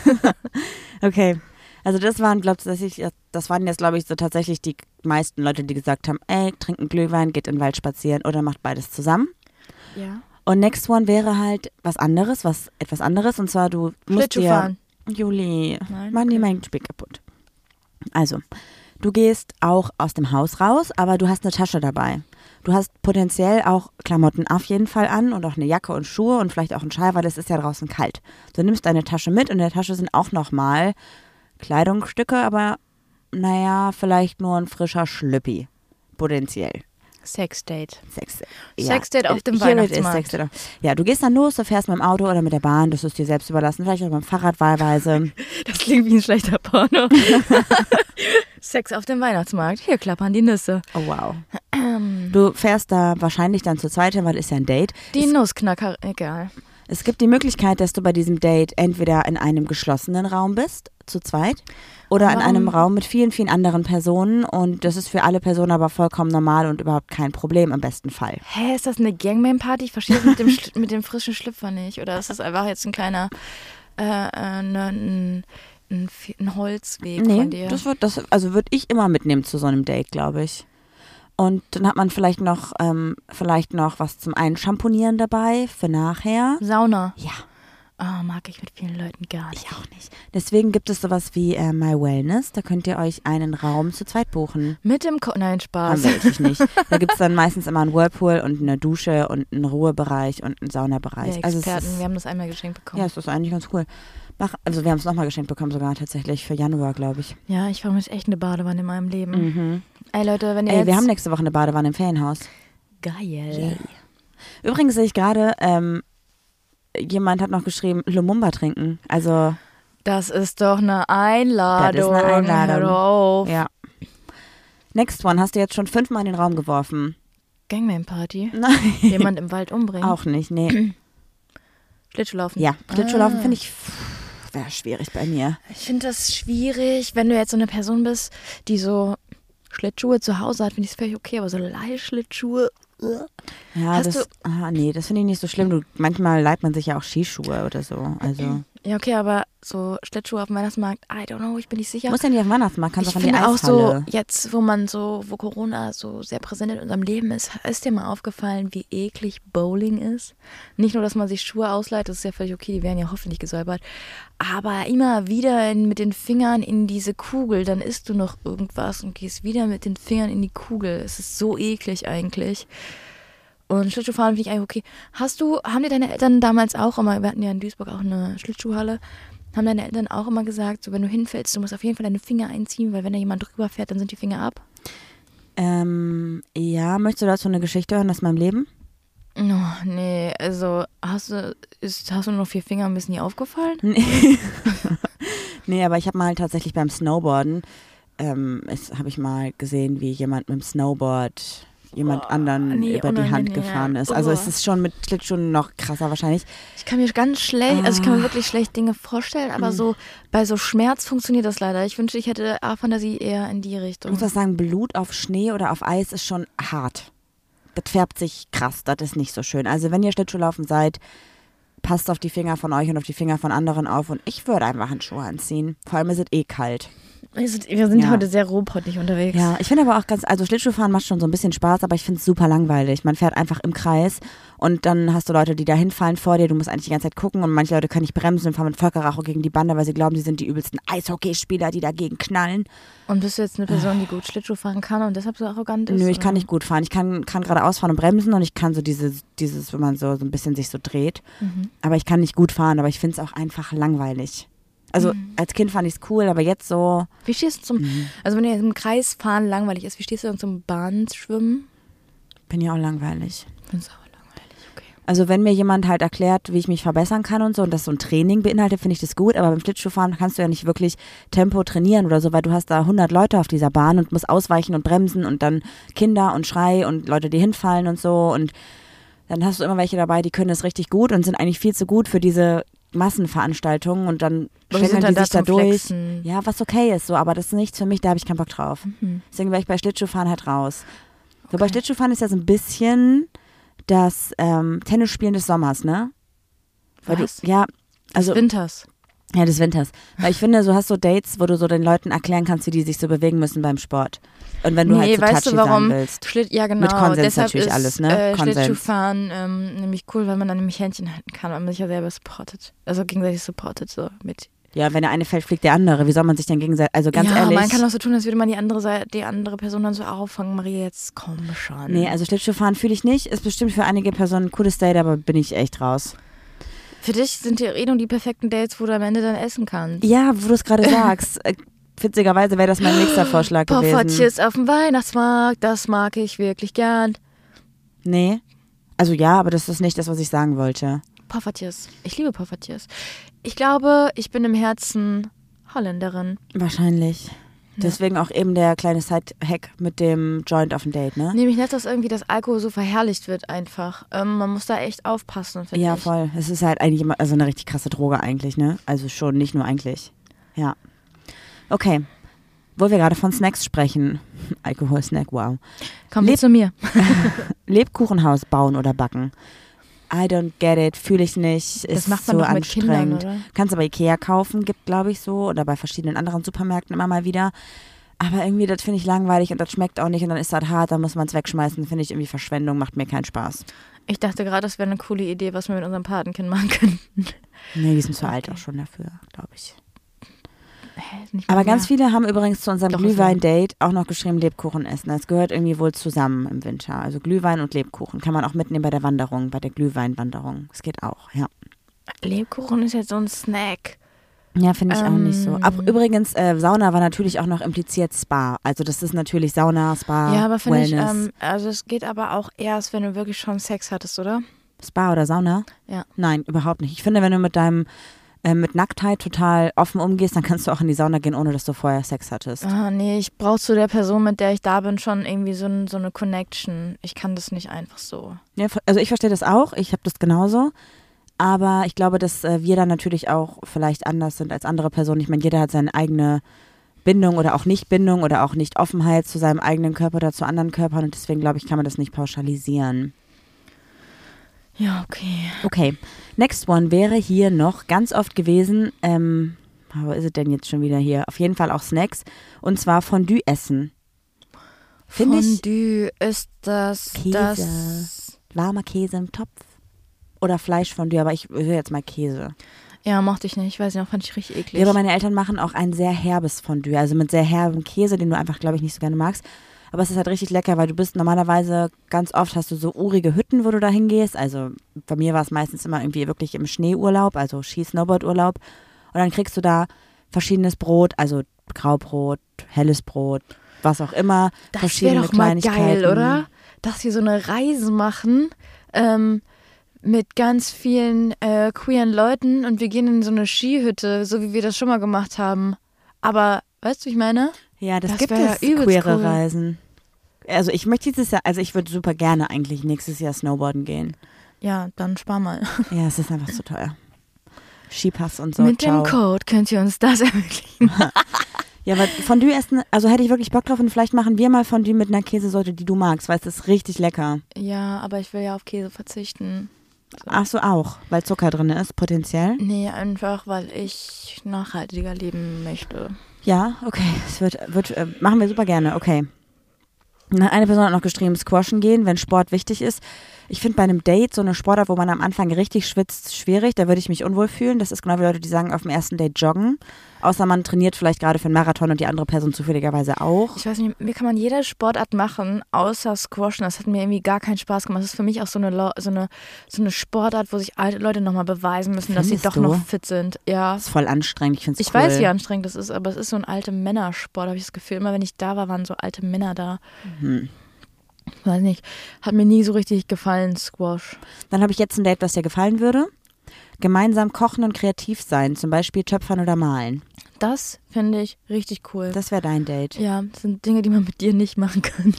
<laughs>
okay. Also das waren, glaubst du, dass ich, das waren jetzt, glaube ich, so tatsächlich die meisten Leute, die gesagt haben, ey, trinkt einen Glühwein, geht in den Wald spazieren oder macht beides zusammen.
Ja.
Und next one wäre halt was anderes, was etwas anderes. Und zwar, du musst
Schlittschuh
dir...
fahren.
Juli,
Nein,
mach dir
okay.
mein Spiel kaputt. Also, du gehst auch aus dem Haus raus, aber du hast eine Tasche dabei. Du hast potenziell auch Klamotten auf jeden Fall an und auch eine Jacke und Schuhe und vielleicht auch einen Schal, weil es ist ja draußen kalt. Du nimmst deine Tasche mit und in der Tasche sind auch nochmal Kleidungsstücke, aber naja, vielleicht nur ein frischer Schlüppi. Potenziell.
Sexdate.
Sex.
Sexdate auf dem
Here it is,
Weihnachtsmarkt.
Sexdate. Ja, du gehst dann los, du fährst mit dem Auto oder mit der Bahn, das ist dir selbst überlassen, vielleicht auch mit dem Fahrrad wahlweise.
Das klingt wie ein schlechter Porno. <laughs> Sex auf dem Weihnachtsmarkt. Hier klappern die Nüsse.
Oh wow.
Ähm.
Du fährst da wahrscheinlich dann zu zweit hin, weil ist ja ein Date.
Die Nussknacker, egal.
Es gibt die Möglichkeit, dass du bei diesem Date entweder in einem geschlossenen Raum bist, zu zweit, oder in
Warum?
einem Raum mit vielen, vielen anderen Personen. Und das ist für alle Personen aber vollkommen normal und überhaupt kein Problem im besten Fall.
Hä, ist das eine Gangman-Party? Ich verstehe das mit dem, Schl- mit dem frischen Schlüpfer nicht. Oder ist das einfach jetzt ein kleiner, äh, äh, ne, ein, ein, Fe- ein Holzweg von dir?
das wird, das, also würde ich immer mitnehmen zu so einem Date, glaube ich. Und dann hat man vielleicht noch, ähm, vielleicht noch was zum Einschamponieren dabei für nachher.
Sauna.
Ja.
Oh, mag ich mit vielen Leuten gar nicht.
Ich auch nicht. Deswegen gibt es sowas wie äh, My Wellness. Da könnt ihr euch einen Raum zu zweit buchen.
Mit dem Ko Nein,
Haben
Spaß.
wir natürlich nicht. Da gibt es dann meistens immer einen Whirlpool und eine Dusche und einen Ruhebereich und einen Saunabereich.
Wir
also es
Experten,
ist,
wir haben das einmal geschenkt
ja,
bekommen.
es ist eigentlich ganz cool. Mach, also wir haben es nochmal geschenkt bekommen sogar tatsächlich für Januar, glaube ich.
Ja, ich vermisse echt eine Badewanne in meinem Leben. Ey Leute, wenn ihr
Mhm. Ey,
Mhm. jetzt
wir haben nächste Woche eine Badewanne im Ferienhaus.
geil.
Übrigens sehe ich gerade, ähm, jemand hat noch geschrieben, Lumumba trinken. Also,
Das ist doch eine Einladung.
Einladung.
Hör auf.
ja. Next one, hast du jetzt schon fünfmal in den Raum
<laughs>
geworfen?
Gangnam
<laughs>
Party.
Nein.
Jemand im Wald umbringen.
Auch nicht, nee.
Schlittschuhlaufen.
Ja,
Ah.
Schlittschuhlaufen finde ich, wäre schwierig bei mir.
Ich finde das schwierig, wenn du jetzt so eine Person bist, die so Schlittschuhe zu Hause hat, finde ich es völlig okay, aber so Leihschlittschuhe. äh.
Ja,
Hast
das, ah, nee, das finde ich nicht so schlimm. Du, manchmal leiht man sich ja auch Skischuhe oder so. Also,
Ja, okay, aber so Schlittschuhe auf dem Weihnachtsmarkt, I don't know, ich bin nicht sicher.
muss ja nicht auf den Weihnachtsmarkt, kannst
ich
auch in die
finde auch so,
Eishalle.
jetzt, wo man so, wo Corona so sehr präsent in unserem Leben ist, ist dir mal aufgefallen, wie eklig Bowling ist? Nicht nur, dass man sich Schuhe ausleiht, das ist ja völlig okay, die werden ja hoffentlich gesäubert, aber immer wieder in, mit den Fingern in diese Kugel, dann isst du noch irgendwas und gehst wieder mit den Fingern in die Kugel. Es ist so eklig eigentlich. Und Schlittschuhfahren finde ich eigentlich okay. Hast du, haben dir deine Eltern damals auch immer, wir hatten ja in Duisburg auch eine Schlittschuhhalle, haben deine Eltern auch immer gesagt, so wenn du hinfällst, du musst auf jeden Fall deine Finger einziehen, weil wenn da jemand drüber fährt, dann sind die Finger ab.
Ähm, ja, möchtest du dazu eine Geschichte hören aus meinem Leben? <laughs>
Oh, nee, also hast du, ist, hast du nur noch vier Finger und bist nie aufgefallen?
Nee. <laughs> nee, aber ich habe mal tatsächlich beim Snowboarden, ähm, es- habe ich mal gesehen, wie jemand mit dem Snowboard jemand anderen
Oh, nee,
über die Hand
unangenehm. Oh.
gefahren ist. Also es
Uah.
ist schon mit Schlittschuhen noch krasser wahrscheinlich.
Ich kann mir ganz schlecht, also ich kann mir wirklich schlecht Dinge vorstellen, aber so bei so Schmerz funktioniert das leider. Ich wünschte, ich hätte A-Fantasie eher in die
Ich
Richtung.
muss was sagen, Blut auf Schnee oder auf Eis ist schon hart. Das färbt sich krass, das ist nicht so schön. Also wenn ihr Schlittschuhlaufen seid, passt auf die Finger von euch und auf die Finger von anderen auf. Und ich würde einfach einen Schuh anziehen. Vor allem ist es eh kalt.
Wir sind, wir sind
Ja.
heute sehr robotlich unterwegs.
Ja, ich finde aber auch ganz, also Schlittschuhfahren macht schon so ein bisschen Spaß, aber ich finde es super langweilig. Man fährt einfach im Kreis und dann hast du Leute, die da hinfallen vor dir, du musst eigentlich die ganze Zeit gucken und manche Leute können nicht bremsen und fahren mit Völkerracho gegen die Bande, weil sie glauben, sie sind die übelsten Eishockeyspieler, die dagegen knallen.
Und bist du jetzt eine Person, die gut Schlittschuh fahren kann und deshalb so arrogant ist?
Nö, ich kann
oder?
nicht gut fahren. Ich kann, kann geradeaus fahren und bremsen und ich kann so dieses, dieses, wenn man so, so ein bisschen sich so dreht.
Mhm.
Aber ich kann nicht gut fahren, aber ich finde es auch einfach langweilig. Also
Mhm.
als Kind fand ich es cool, aber jetzt so,
Wie stehst du zum,
Mhm.
also wenn dir jetzt im Kreis fahren langweilig ist, wie stehst du dann zum Bahnschwimmen?
bin ich auch langweilig.
Find's aber langweilig, okay.
Also wenn mir jemand halt erklärt, wie ich mich verbessern kann und so und das so ein Training beinhaltet, finde ich das gut. Aber beim Schlittschuhfahren kannst du ja nicht wirklich Tempo trainieren oder so, weil du hast da 100 Leute auf dieser Bahn und musst ausweichen und bremsen und dann Kinder und Schrei und Leute, die hinfallen und so. Und dann hast du immer welche dabei, die können das richtig gut und sind eigentlich viel zu gut für diese Massenveranstaltungen und dann
Aber wir sind dann
schlängeln die
da
sich da
zum
durch.
Flexen.
Ja, was okay ist so, aber das ist nichts für mich, da habe ich keinen Bock drauf.
Mhm.
Deswegen wäre ich bei Schlittschuhfahren halt raus. So, bei Schlittschuhfahren ist ja so ein bisschen das ähm, Tennisspielen des Sommers, ne? Weil
Was?
du, ja, also
Winters.
ja, des Winters. Weil ich finde, so hast du Dates, wo du so den Leuten erklären kannst, wie die sich so bewegen müssen beim Sport. Und wenn du halt so
weißt
touchy
du warum?
sein willst.
Schlitt, ja, genau.
Mit Konsens
Deshalb
natürlich
ist,
alles, ne?
Äh,
Konsens.
Schlittschuhfahren ähm, nämlich cool, weil man dann nämlich Händchen halten kann, weil man sich ja selber supportet. Also gegenseitig supportet so mit.
Ja, wenn der eine fällt, fliegt der andere. Wie soll man sich denn gegenseitig, also ganz
ja,
ehrlich.
man kann auch so tun, als würde man die andere, Seite- die andere Person dann so auffangen. Maria, jetzt komm schon.
Nee, also Schlittschuhfahren fühle ich nicht. Ist bestimmt für einige Personen ein cooles Date, aber bin ich echt raus.
Für dich sind die Redung die perfekten Dates, wo du am Ende dann essen kannst.
Ja, wo du es <laughs> gerade sagst. Äh, Witzigerweise wäre das mein nächster Vorschlag gewesen.
Poffertjes auf dem Weihnachtsmarkt, das mag ich wirklich gern.
Nee. Also ja, aber das ist nicht das, was ich sagen wollte.
Poffertjes. Ich liebe Poffertjes. Ich glaube, ich bin im Herzen Holländerin.
Wahrscheinlich. Deswegen auch eben der kleine Side-Hack mit dem Joint auf dem Date, ne?
Nämlich nicht, dass irgendwie das Alkohol so verherrlicht wird einfach. Ähm, man muss da echt aufpassen, finde
Ja,
ich.
voll. Es ist halt eigentlich immer, also eine richtig krasse Droge eigentlich, ne? Also schon, nicht nur eigentlich. Ja. Okay. Wo wir gerade von Snacks sprechen. <laughs> Alkohol-Snack, wow.
Komm
Leb-
zu mir.
Lebkuchenhaus bauen oder backen. I don't get it, fühle ich nicht.
Das
ist
macht man
so
doch mit Kindern,
anstrengend.
oder?
Kannst aber Ikea kaufen, gibt glaube ich so oder bei verschiedenen anderen Supermärkten immer mal wieder. Aber irgendwie, das finde ich langweilig und das schmeckt auch nicht und dann ist das hart, dann muss man es wegschmeißen. Finde ich irgendwie Verschwendung, macht mir keinen Spaß.
Ich dachte gerade, das wäre eine coole Idee, was wir mit unserem Patenkind machen könnten.
Nee, die sind zu alt auch schon dafür, glaube ich.
<laughs> Hä, nicht mal
Aber ganz
mehr.
viele haben übrigens zu unserem
Doch, ist
Glühwein-Date auch noch geschrieben, Lebkuchen essen. Das gehört irgendwie wohl zusammen im Winter. Also Glühwein und Lebkuchen kann man auch mitnehmen bei der Wanderung, bei der Glühweinwanderung. Es geht auch, ja.
Lebkuchen ist jetzt so ein Snack.
Ja, finde ich auch nicht so. Ab,
Ähm.
übrigens, äh, Sauna war natürlich auch noch impliziert Spa. Also das ist natürlich Sauna, Spa,
ja, aber finde ich,
Ah, Wellness.
ähm, also es geht aber auch erst, wenn du wirklich schon Sex hattest, oder?
Spa oder Sauna?
Ja.
Nein, überhaupt nicht. Ich finde, wenn du mit deinem äh, mit Nacktheit total offen umgehst, dann kannst du auch in die Sauna gehen, ohne dass du vorher Sex hattest.
Ah, nee, ich brauche zu der Person, mit der ich da bin, schon irgendwie so, ein, so eine Connection. Ich kann das nicht einfach so.
Ja, ver- also ich verstehe das auch, ich habe das genauso. Aber ich glaube, dass äh, wir dann natürlich auch vielleicht anders sind als andere Personen. Ich meine, jeder hat seine eigene Bindung oder auch Nicht-Bindung oder auch Nicht-Offenheit zu seinem eigenen Körper oder zu anderen Körpern. Und deswegen, glaube ich, kann man das nicht pauschalisieren.
Ja, okay.
Okay, next one wäre hier noch ganz oft gewesen, ähm, wo ist es denn jetzt schon wieder hier? Auf jeden Fall auch Snacks. Und zwar Fondue essen. Finde ich
Fondue ist das,
Käse.
das...
warmer Käse im Topf. Oder Fleischfondue, aber ich höre jetzt mal Käse.
Ja, mochte ich nicht. Weiß nicht, fand ich richtig eklig.
Ja, aber meine Eltern machen auch ein sehr herbes Fondue, also mit sehr herbem Käse, den du einfach, glaube ich, nicht so gerne magst. Aber es ist halt richtig lecker, weil du bist normalerweise ganz oft hast du so urige Hütten, wo du da hingehst. Also bei mir war es meistens immer irgendwie wirklich im Schneeurlaub, also Ski-Snowboard-Urlaub. Und dann kriegst du da verschiedenes Brot, also Graubrot, helles Brot, was auch immer.
Das wäre
verschiedene
doch mal geil,
Kleinigkeiten.
oder? Dass wir so eine Reise machen ähm, mit ganz vielen äh, queeren Leuten und wir gehen in so eine Skihütte, so wie wir das schon mal gemacht haben. Aber weißt du, wie ich meine?
Ja, das,
Das
gibt
wär
es
ja übelst
queere
cool.
Reisen. Also ich möchte dieses Jahr, also ich würde super gerne eigentlich nächstes Jahr Snowboarden gehen.
Ja, dann spar mal. <laughs>
Ja, es ist einfach zu teuer. Skipass und so.
mit
ciao.
dem Code könnt ihr uns das <laughs> ermöglichen.
Ja, aber Fondue essen, also hätte ich wirklich Bock drauf und vielleicht machen wir mal Fondue mit einer Käsesorte, die du magst, weil es ist richtig lecker.
Ja, aber ich will ja auf Käse verzichten.
Ach so, auch, weil Zucker drin ist, potenziell.
Nee, einfach weil ich nachhaltiger leben möchte.
Ja, okay, es wird, wird äh, machen wir super gerne, okay. Na, Eine Person hat noch geschrieben, squashen gehen, wenn Sport wichtig ist. Ich finde bei einem Date so eine Sportart, wo man am Anfang richtig schwitzt, schwierig. Da würde ich mich unwohl fühlen. Das ist genau wie Leute, die sagen, auf dem ersten Date joggen. Außer man trainiert vielleicht gerade für einen Marathon und die andere Person zufälligerweise auch.
Ich weiß nicht, mir kann man jede Sportart machen, außer Squashen. Das hat mir irgendwie gar keinen Spaß gemacht. Das ist für mich auch so eine, Lo so eine, so eine Sportart, wo sich alte Leute nochmal beweisen müssen, dass sie
Findest
doch
du?
noch fit sind. Ja.
Das ist voll anstrengend. Ich finde es
Ich
cool.
weiß, wie anstrengend das ist, aber es ist so ein alter Männersport, habe ich das Gefühl. Immer wenn ich da war, waren so alte Männer da.
Hm.
Weiß nicht. Hat mir nie so richtig gefallen, Squash.
Dann habe ich jetzt ein Date, was dir gefallen würde. Gemeinsam kochen und kreativ sein, zum Beispiel töpfern oder malen.
Das finde ich richtig cool.
Das wäre dein Date.
ja, das sind Dinge, die man mit dir nicht machen kann.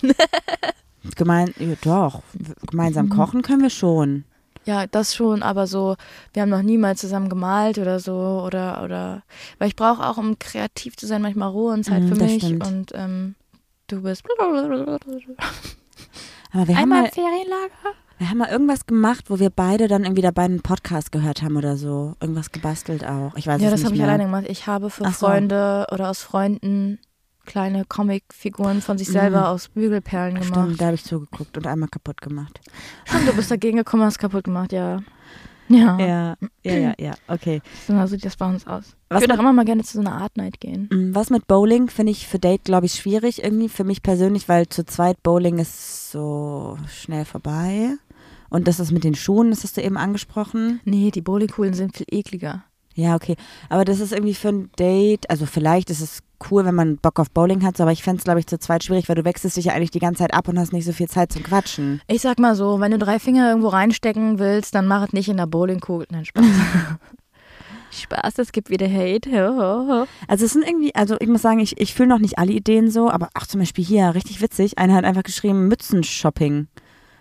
<laughs>
Gemein ja, doch, w-
Mhm.
gemeinsam kochen können wir schon.
Ja, das schon, aber so, wir haben noch nie mal zusammen gemalt oder so oder oder weil ich brauche auch, um kreativ zu sein, manchmal Ruhe und Zeit
Mm,
für
das
mich
stimmt.
und ähm, du bist
Aber wir haben,
einmal
mal,
im Ferienlager.
wir haben mal irgendwas gemacht, wo wir beide dann irgendwie dabei einen Podcast gehört haben oder so. Irgendwas gebastelt auch. Ich weiß
Ja,
es
das
nicht
habe ich
mehr.
alleine gemacht. Ich habe für
Ach so.
Freunde oder aus Freunden kleine Comicfiguren von sich selber aus Bügelperlen
Mhm. Stimmt,
gemacht.
da habe ich zugeguckt und einmal kaputt gemacht.
Stimmt, du bist dagegen gekommen, hast kaputt gemacht,
<laughs>
ja. Ja,
Ja, ja, ja, ja. Okay.
so sieht das bei uns aus.
Was
ich würde auch immer mal gerne zu so einer Art Night gehen.
Mm, Was mit Bowling finde ich für Date, glaube ich, schwierig irgendwie für mich persönlich, weil zu zweit Bowling ist so schnell vorbei. Und das ist mit den Schuhen, das hast du eben angesprochen.
Nee, die Bowlingkugeln sind viel ekliger.
Ja, okay. Aber das ist irgendwie für ein Date, also vielleicht ist es cool, wenn man Bock auf Bowling hat, so, aber ich fände es, glaube ich, zu zweit schwierig, weil du wechselst dich ja eigentlich die ganze Zeit ab und hast nicht so viel Zeit zum Quatschen.
Ich sag mal so, wenn du drei Finger irgendwo reinstecken willst, dann mach es nicht in der Bowlingkugel. Nein, Spaß. <laughs> Spaß, es gibt wieder Hate. Ho, ho, ho.
Also es sind irgendwie, also ich muss sagen, ich, ich fühle noch nicht alle Ideen so, aber auch zum Beispiel hier, richtig witzig, einer hat einfach geschrieben, Mützen-Shopping.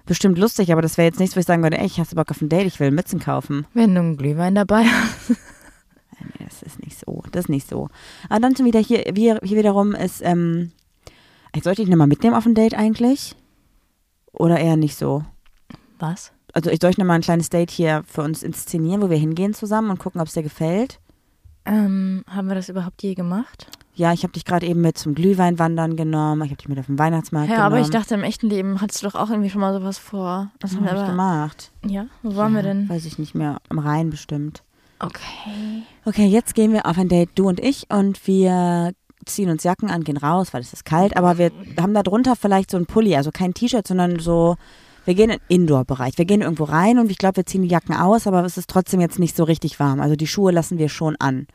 Bestimmt lustig, aber das wäre jetzt nichts, wo ich sagen würde, ey, ich hasse Bock auf ein Date, ich will Mützen kaufen.
Wenn du einen Glühwein dabei hast.
Nee, das ist nicht so. Das ist nicht so. Aber dann schon wieder hier, wir- hier wiederum ist, ähm, ey, sollte ich ihn nochmal mitnehmen auf ein Date eigentlich? Oder eher nicht so?
Was?
Also ich soll ich nochmal ein kleines Date hier für uns inszenieren, wo wir hingehen zusammen und gucken, ob es dir gefällt?
Ähm, haben wir das überhaupt je gemacht?
Ja, ich habe dich gerade eben mit zum Glühwein wandern genommen. Ich habe dich mit auf den Weihnachtsmarkt
Ja,
genommen.
aber ich dachte, im echten Leben hattest du doch auch irgendwie schon mal sowas vor. Das
was
haben wir
habe ich
aber-
gemacht?
Ja, wo waren wir
Ja,
denn?
Weiß ich nicht mehr. Am Rhein bestimmt.
Okay.
Okay, jetzt gehen wir auf ein Date, du und ich, und wir ziehen uns Jacken an, gehen raus, weil es ist kalt, aber wir haben da drunter vielleicht so ein Pulli, also kein T-Shirt, sondern so, wir gehen in den Indoor-Bereich. Wir gehen irgendwo rein und ich glaube, wir ziehen die Jacken aus, aber es ist trotzdem jetzt nicht so richtig warm. Also die Schuhe lassen wir schon an.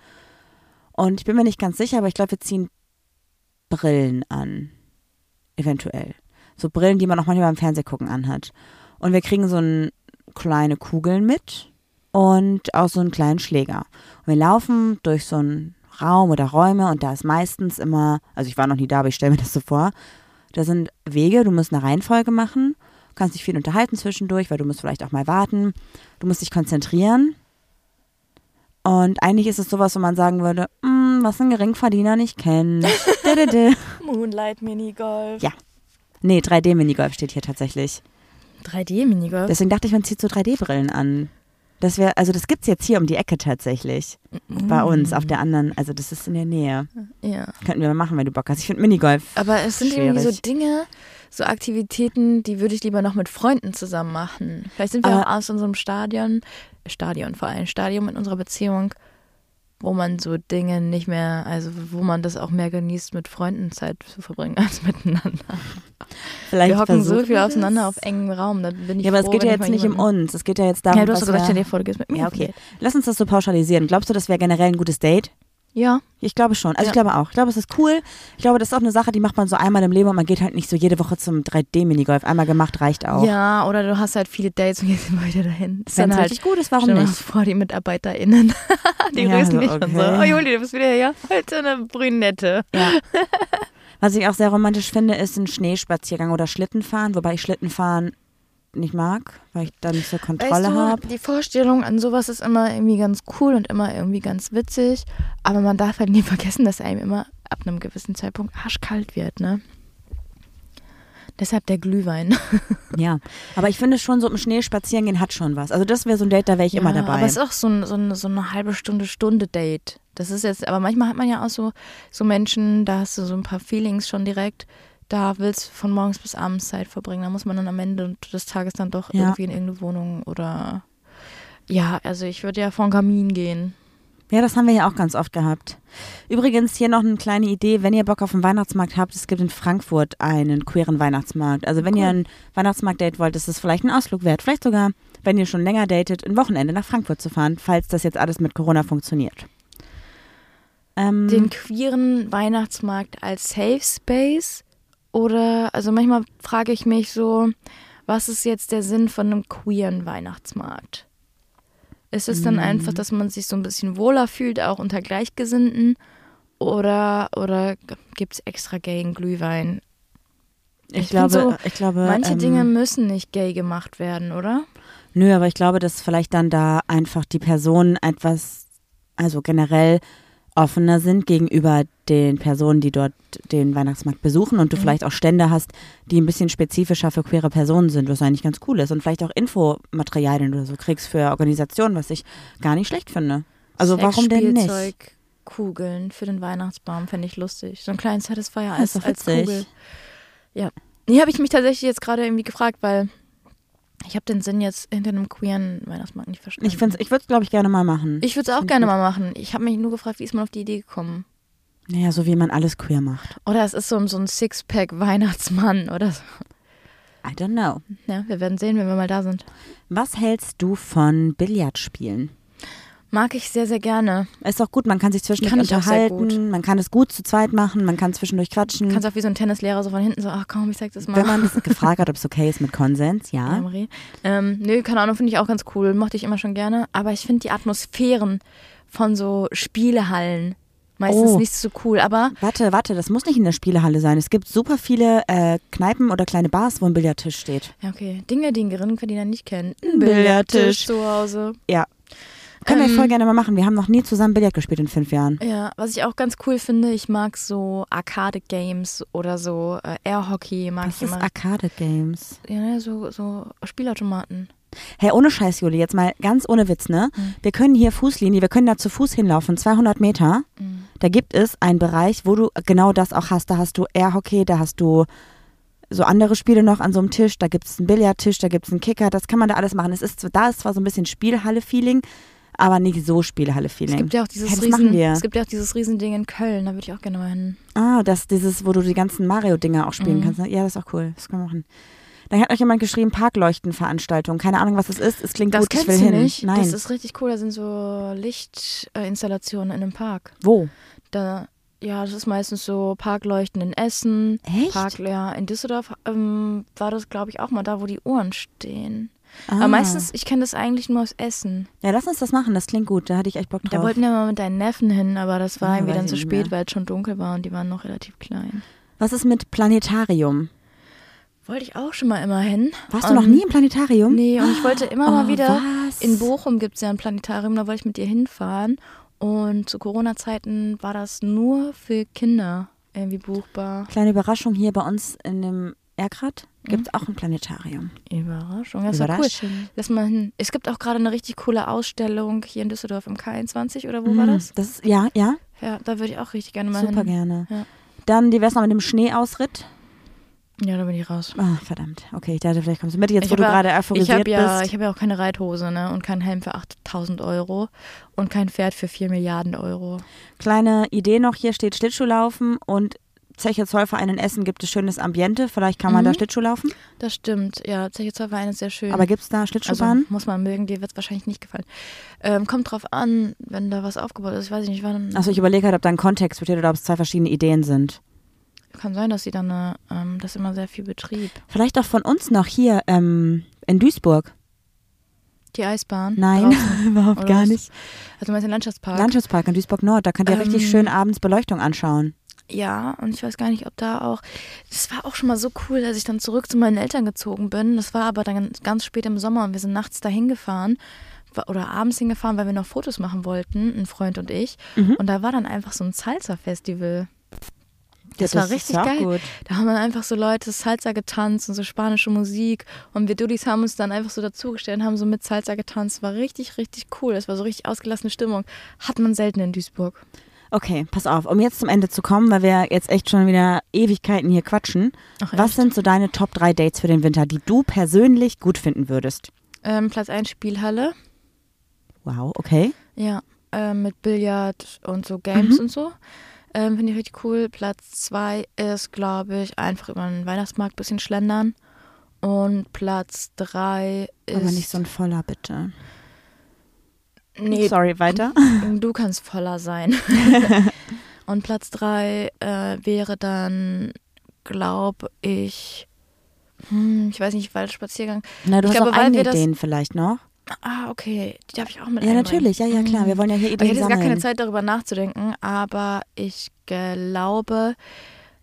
Und ich bin mir nicht ganz sicher, aber ich glaube, wir ziehen Brillen an. Eventuell. So Brillen, die man auch manchmal beim Fernsehgucken anhat. Und wir kriegen so ein, kleine Kugeln mit und auch so einen kleinen Schläger. Und wir laufen durch so einen Raum oder Räume und da ist meistens immer, also ich war noch nie da, aber ich stelle mir das so vor, da sind Wege, du musst eine Reihenfolge machen, kannst dich viel unterhalten zwischendurch, weil du musst vielleicht auch mal warten, du musst dich konzentrieren. Und eigentlich ist es sowas, wo man sagen würde, "Mm, was ein Geringverdiener nicht kennt. Didede.
Moonlight Minigolf.
Ja. nee, 3D-Minigolf steht hier tatsächlich.
3D-Minigolf?
Deswegen dachte ich, man zieht so 3D-Brillen an. Das wär, also das gibt's jetzt hier um die Ecke tatsächlich. Bei
Mm.
uns, auf der anderen, also das ist in der Nähe.
Mhm. Ja.
Könnten wir mal machen, wenn du Bock hast. Ich finde Minigolf.
Aber es sind irgendwie so
Schwierig.
Dinge, so Aktivitäten, die würde ich lieber noch mit Freunden zusammen machen. Vielleicht sind wir
Aber-
auch aus unserem Stadion, Stadion vor allem, Stadium in unserer Beziehung, wo man so Dinge nicht mehr, also wo man das auch mehr genießt, mit Freunden Zeit zu verbringen als miteinander.
Vielleicht
wir hocken so
versuchen
viel
wir
auseinander
das.
auf engem Raum, da bin ich
Ja, aber es
froh,
geht ja
wenn ich
jetzt
mal
nicht um
jemanden-
uns. Es geht ja jetzt darum,
Ja, du hast doch
was
gesagt,
wir,
stell dir vor, du gehst mit mir.
Ja,
auf ein
okay.
Date.
Lass uns das so pauschalisieren. Glaubst du, das wäre generell ein gutes Date?
Ja,
Ich glaube schon. Also
Ja.
ich glaube auch. Ich glaube, es ist cool. Ich glaube, das ist auch eine Sache, die macht man so einmal im Leben und man geht halt nicht so jede Woche zum 3D-Minigolf. Einmal gemacht reicht auch.
Ja, oder du hast halt viele Dates und gehst immer wieder dahin. Ist
Wenn
dann
es
halt,
richtig gut ist, warum
stell dir mal
nicht?
vor, die MitarbeiterInnen, <laughs> die
Ja,
grüßen
so,
dich schon so.
okay.
Oh, Juli, du bist wieder hier. Heute eine Brünette.
<laughs> Was ich auch sehr romantisch finde, ist ein Schneespaziergang oder Schlittenfahren, wobei ich Schlittenfahren nicht mag, weil ich da nicht so Kontrolle habe.
die Vorstellung an sowas ist immer irgendwie ganz cool und immer irgendwie ganz witzig. Aber man darf halt nie vergessen, dass einem immer ab einem gewissen Zeitpunkt arschkalt wird, ne? Deshalb der Glühwein.
Ja, aber ich finde schon so im Schnee spazieren gehen hat schon was. Also das wäre so ein Date, da wäre ich immer
Ja,
dabei.
Aber es ist auch so, ein, so, ein, so eine halbe Stunde, Stunde Date. Das ist jetzt, aber manchmal hat man ja auch so, so Menschen, da hast du so ein paar Feelings schon direkt. Da willst du von morgens bis abends Zeit verbringen. Da muss man dann am Ende des Tages dann doch
Ja.
irgendwie in irgendeine Wohnung oder. Ja, also ich würde ja vor den Kamin gehen.
ja, das haben wir ja auch ganz oft gehabt. Übrigens hier noch eine kleine Idee, wenn ihr Bock auf einen Weihnachtsmarkt habt, es gibt in Frankfurt einen queeren Weihnachtsmarkt. Also wenn ihr ein Weihnachtsmarkt-Date wollt, ist es vielleicht ein Ausflug wert. Vielleicht sogar, wenn ihr schon länger datet, ein Wochenende nach Frankfurt zu fahren, falls das jetzt alles mit Corona funktioniert. Ähm,
Den queeren Weihnachtsmarkt als Safe Space oder, also manchmal frage ich mich so, was ist jetzt der Sinn von einem queeren Weihnachtsmarkt? Ist es dann
Mhm.
einfach, dass man sich so ein bisschen wohler fühlt, auch unter Gleichgesinnten? Oder, oder gibt es extra gayen Glühwein?
ich,
ich
glaube,
find so,
ich glaube,
Manche
ähm,
Dinge müssen nicht gay gemacht werden, oder?
Nö, aber ich glaube, dass vielleicht dann da einfach die Personen etwas, also generell offener sind gegenüber den Personen, die dort den Weihnachtsmarkt besuchen und du vielleicht auch Stände hast, die ein bisschen spezifischer für queere Personen sind, was eigentlich ganz cool ist und vielleicht auch Infomaterialien oder so kriegst für Organisationen, was ich gar nicht schlecht finde. Also warum denn nicht?
Sexspielzeug, Kugeln für den Weihnachtsbaum fände ich lustig. So einen kleinen Satisfier
Das
als,
ist doch
als
witzig.
Kugel. Nee, habe ich mich tatsächlich jetzt gerade irgendwie gefragt, weil ich habe den Sinn jetzt hinter einem queeren Weihnachtsmarkt nicht verstanden.
Ich, find's- ich würde es, glaube ich, gerne mal machen.
ich würde es auch
find's
gerne
gut.
mal machen. Ich habe mich nur gefragt, wie ist man auf die Idee gekommen?
Naja, so wie man alles queer macht.
Oder es ist so, ein- so ein Sixpack-Weihnachtsmann oder so.
I don't know.
Ja, wir werden sehen, wenn wir mal da sind.
Was hältst du von Billardspielen?
Mag ich sehr, sehr gerne.
Ist doch gut, man kann sich zwischendurch
Kann ich auch sehr
unterhalten, man kann es gut zu zweit machen, man kann zwischendurch quatschen.
Kannst auch wie so ein Tennislehrer so von hinten so, ach komm, ich zeig das mal.
Wenn man das gefragt hat, ob es okay ist mit Konsens,
Ja,
ja.
Marie. Ähm, nö, keine Ahnung, finde ich auch ganz cool. Mochte ich immer schon gerne. Aber ich finde die Atmosphären von so Spielehallen meistens
Oh.
nicht so cool. Aber
Warte, warte, das muss nicht in der Spielehalle sein. Es gibt super viele äh, Kneipen oder kleine Bars, wo ein Billardtisch steht.
Ja, okay. Dinge, die ein Geringverdiener nicht kennen. Ein
Billardtisch.
zu Hause.
Ja. Können
Ähm.
wir voll gerne mal machen. Wir haben noch nie zusammen Billard gespielt in fünf Jahren.
Ja, was ich auch ganz cool finde, ich mag so Arcade-Games oder so äh, Airhockey, mag
Das
ich
ist
immer.
Arcade Games.
Ja, ne, so, so Spielautomaten.
Hey, ohne Scheiß, Juli,
Mhm. Mhm.
jetzt mal ganz ohne Witz, ne? Wir können hier Fußlinie, wir können da zu Fuß hinlaufen, 200 Meter. Da gibt es einen Bereich, wo du genau das auch hast. Da hast du Airhockey, da hast du so andere Spiele noch an so einem Tisch, da gibt es einen Billardtisch, da gibt es einen Kicker, das kann man da alles machen. Es ist, da ist zwar so ein bisschen Spielhalle-Feeling, aber nicht so Spielhalle-Feeling.
Es gibt ja auch dieses
Hey, das
Riesen,
machen wir.
es gibt ja auch dieses Riesending in Köln, da würde ich auch gerne mal hin.
Ah, das, dieses, wo du die ganzen Mario-Dinger auch
Mhm.
spielen kannst. ne? Ja, das ist auch cool. Das kann man machen. Dann hat noch jemand geschrieben, Parkleuchtenveranstaltung. Keine Ahnung, was das ist. Es klingt
Das
gut, ich
kennst
will
du
hin.
nicht.
Nein.
Das ist richtig cool. Da sind so Lichtinstallationen in einem Park.
wo?
Da, ja, das ist meistens so Parkleuchten in Essen.
Echt?
Park, ja, in Düsseldorf ähm, war das, glaube ich, auch mal da, wo die Uhren stehen.
Ah.
Aber meistens, ich kenne das eigentlich nur aus Essen.
Ja, lass uns das machen. Das klingt gut. Da hatte ich echt Bock drauf.
Da wollten wir mal mit deinen Neffen hin, aber das war
Ah,
irgendwie
weiß
dann
ich
zu
nicht
spät,
mehr.
weil es schon dunkel war und die waren noch relativ klein.
was ist mit Planetarium?
Wollte ich auch schon mal immer hin.
Warst
Ähm,
du noch nie im Planetarium?
Nee, und ich wollte immer
Oh,
mal wieder.
Hm? was?
In Bochum gibt es ja ein Planetarium, da wollte ich mit dir hinfahren. Und zu Corona-Zeiten war das nur für Kinder irgendwie buchbar.
Kleine Überraschung hier bei uns in dem Erkrad gibt es auch ein Planetarium.
Überraschung, Mhm. das war cool.
Überraschung.
Lass mal hin. Es gibt auch gerade eine richtig coole Ausstellung hier in Düsseldorf im K21 oder wo war das?
Mhm. Das ist, ja, ja,
Ja, da würde ich auch richtig gerne mal
super
hin.
gerne.
Ja.
Dann, die wär's noch mit dem Schneeausritt.
gerne. Ja, da bin ich raus.
Ah, verdammt. Okay, ich dachte, vielleicht kommst du mit. Jetzt,
Ich
wo
hab
du
ja-
gerade
Ich
euphorisiert
habe ja,
bist.
ich hab ja auch keine Reithose ne? und keinen Helm für 8000 Euro und kein Pferd für 4 Milliarden Euro.
Kleine Idee noch, hier steht Schlittschuhlaufen und Zeche Zollverein in Essen gibt es schönes Ambiente. Vielleicht kann man
Mhm.
da Schlittschuh laufen.
Das stimmt. Ja, Zeche Zollverein ist sehr schön.
Aber gibt es da Schlittschuhbahnen?
muss man mögen, dir wird es wahrscheinlich nicht gefallen. Ähm, kommt drauf an, wenn da was aufgebaut ist. Ich weiß nicht, wann.
Achso, ich überlege halt, ob da ein Kontext besteht oder ob es zwei verschiedene Ideen sind.
Kann sein, dass sie dann äh, ähm, das immer sehr viel Betrieb.
Vielleicht auch von uns noch hier ähm, in Duisburg.
Die Eisbahn. <laughs>
Nein,
draußen.
<laughs> überhaupt
Oder
gar
was?
nicht.
Also meinst du den Landschaftspark?
Landschaftspark in Duisburg Nord, da könnt ihr
Ähm.
richtig schön abends Beleuchtung anschauen.
ja, und ich weiß gar nicht, ob da auch. Das war auch schon mal so cool, als ich dann zurück zu meinen Eltern gezogen bin. Das war aber dann ganz spät im Sommer und wir sind nachts dahin gefahren wa- oder abends hingefahren, weil wir noch Fotos machen wollten, ein Freund und ich. Und da war dann einfach so ein Salsa-Festival. Das, war richtig geil. Da haben dann einfach so Leute Salsa getanzt und so spanische Musik. Und wir Dudis haben uns dann einfach so dazugestellt und haben so mit Salsa getanzt. War richtig, richtig cool. Das war so richtig ausgelassene Stimmung. Hat man selten in Duisburg.
Okay, pass auf, um jetzt zum Ende zu kommen, weil wir jetzt echt schon wieder Ewigkeiten hier quatschen.
Ach,
was
echt?
sind so deine Top 3 Dates für den Winter, die du persönlich gut finden würdest?
Ähm, Platz 1 Spielhalle.
Wow, okay.
Ja. Ähm, mit Billard und so Games
Mhm.
und so. Ähm, Finde ich richtig cool. Platz 2 ist, glaube ich, einfach über den Weihnachtsmarkt ein bisschen schlendern. Und Platz 3 ist.
Aber nicht so ein voller, bitte.
Nee,
Sorry, weiter.
Du kannst voller
<laughs>
sein. <laughs> Und Platz 3 äh, wäre dann, glaube ich, hm, ich weiß nicht, Waldspaziergang.
Na, du
Ich
hast
glaube,
auch
weil
eigene
wir das-
Ideen vielleicht noch.
Ah, okay, die darf ich auch mit
Ja,
einbringen.
natürlich, ja, ja, klar. Wir wollen ja hier
Aber ich
Ideen
hatte jetzt gar keine
sammeln.
Zeit, darüber nachzudenken, aber ich glaube,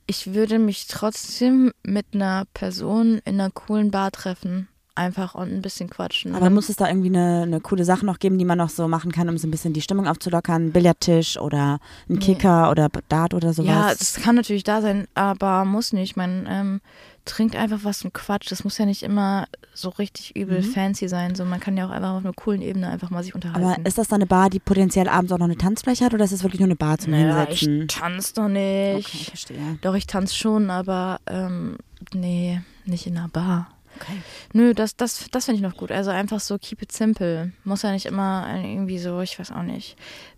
ich würde mich trotzdem mit einer Person in einer coolen Bar treffen. Einfach und ein bisschen quatschen.
Aber muss es da irgendwie eine, eine coole Sache noch geben, die man noch so machen kann, um so ein bisschen die Stimmung aufzulockern? Billardtisch oder ein Kicker oder Dart oder sowas?
Ja, das kann natürlich da sein, aber muss nicht. Man ähm, trinkt einfach was und Quatsch. Das muss ja nicht immer so richtig übel fancy sein. So, man kann ja auch einfach auf einer coolen Ebene einfach mal sich unterhalten.
Mhm. Aber äh, ist das dann eine Bar, die potenziell abends auch noch eine Tanzfläche hat oder ist das wirklich nur eine Bar zum
naja, ich
Hinsetzen?
tanze doch
okay, ich
nicht.
verstehe.
Doch, ich tanze schon, aber ähm, nee, nicht in einer Bar.
Okay.
Nö, das, das, das finde ich noch gut. Also einfach so keep it simple. Muss ja nicht immer ein- irgendwie so, ich weiß auch nicht,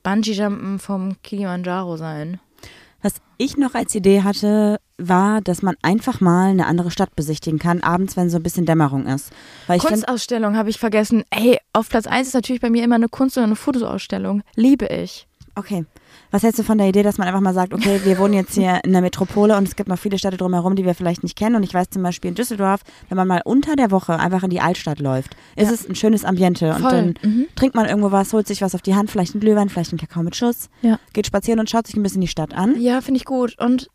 Bungee-Jumpen vom Kilimanjaro sein.
Was ich noch als Idee hatte, war, dass man einfach mal eine andere Stadt besichtigen kann, abends, wenn so ein bisschen Dämmerung ist. Weil ich finde,
Kunstausstellung habe ich vergessen. Ey, auf Platz 1 ist natürlich bei mir immer eine Kunst- oder eine Fotoausstellung. Liebe ich.
okay, was hältst du von der Idee, dass man einfach mal sagt, okay, wir wohnen jetzt hier in der Metropole und es gibt noch viele Städte drumherum, die wir vielleicht nicht kennen. Und ich weiß zum Beispiel in Düsseldorf, wenn man mal unter der Woche einfach in die Altstadt läuft, ist es ein schönes Ambiente. Und
Voll.
dann
Mhm.
trinkt man irgendwo was, holt sich was auf die Hand, vielleicht einen Glühwein, vielleicht einen Kakao mit Schuss,
Ja.
geht spazieren und schaut sich ein bisschen die Stadt an.
Ja, finde ich gut. Und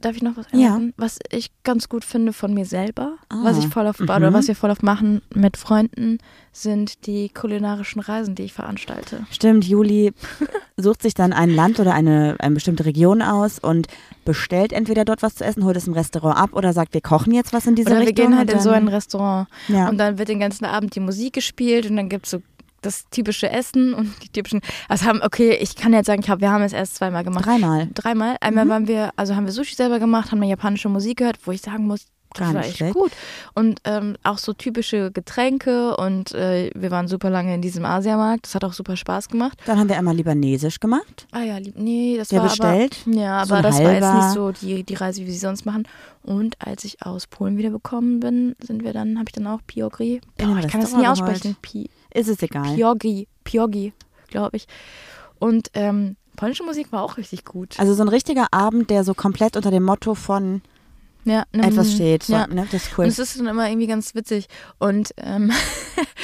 darf ich noch was
Ja.
einwerfen? Was ich ganz gut finde von mir selber,
Ah.
was ich voll auf oder was wir voll auf machen mit Freunden, sind die kulinarischen Reisen, die ich veranstalte.
Stimmt, Juli sucht sich dann ein Land oder eine, eine bestimmte Region aus und bestellt entweder dort was zu essen, holt es im Restaurant ab oder sagt, wir kochen jetzt was in diese
Oder wir
Richtung.
gehen halt
und
in so
dann-
ein Restaurant
ja.
und dann wird den ganzen Abend die Musik gespielt und dann gibt es so das typische Essen und die typischen. Also haben, okay, ich kann jetzt sagen, ich hab, wir haben es erst zweimal gemacht.
Dreimal.
Dreimal. Einmal
Mhm.
waren wir, also haben wir Sushi selber gemacht, haben eine japanische Musik gehört, wo ich sagen muss, das
Gar
war
nicht
echt
schlecht.
gut. Und ähm, auch so typische Getränke und äh, wir waren super lange in diesem Asiamarkt. Das hat auch super Spaß gemacht.
Dann haben wir einmal libanesisch gemacht.
Ah ja, lieb, nee, das
Der
war
bestellt?
aber... Ja,
So
aber
ein
das war jetzt
halber?
nicht so die, die Reise, wie wir sie sonst machen. Und als ich aus Polen wiedergekommen bin, sind wir dann, habe ich dann auch Piogri... Boah,
In dem
ich kann das nie
Restaurant
aussprechen. Pi,
Ist es egal.
Piogi, Piogi, glaube ich. Und ähm, polnische Musik war auch richtig gut.
Also so ein richtiger Abend, der so komplett unter dem Motto von
ja, ne,
etwas
mm,
steht. So,
Ja.
ne? Das ist
Und
cool.
es ist dann immer irgendwie ganz witzig. Und ähm, <laughs>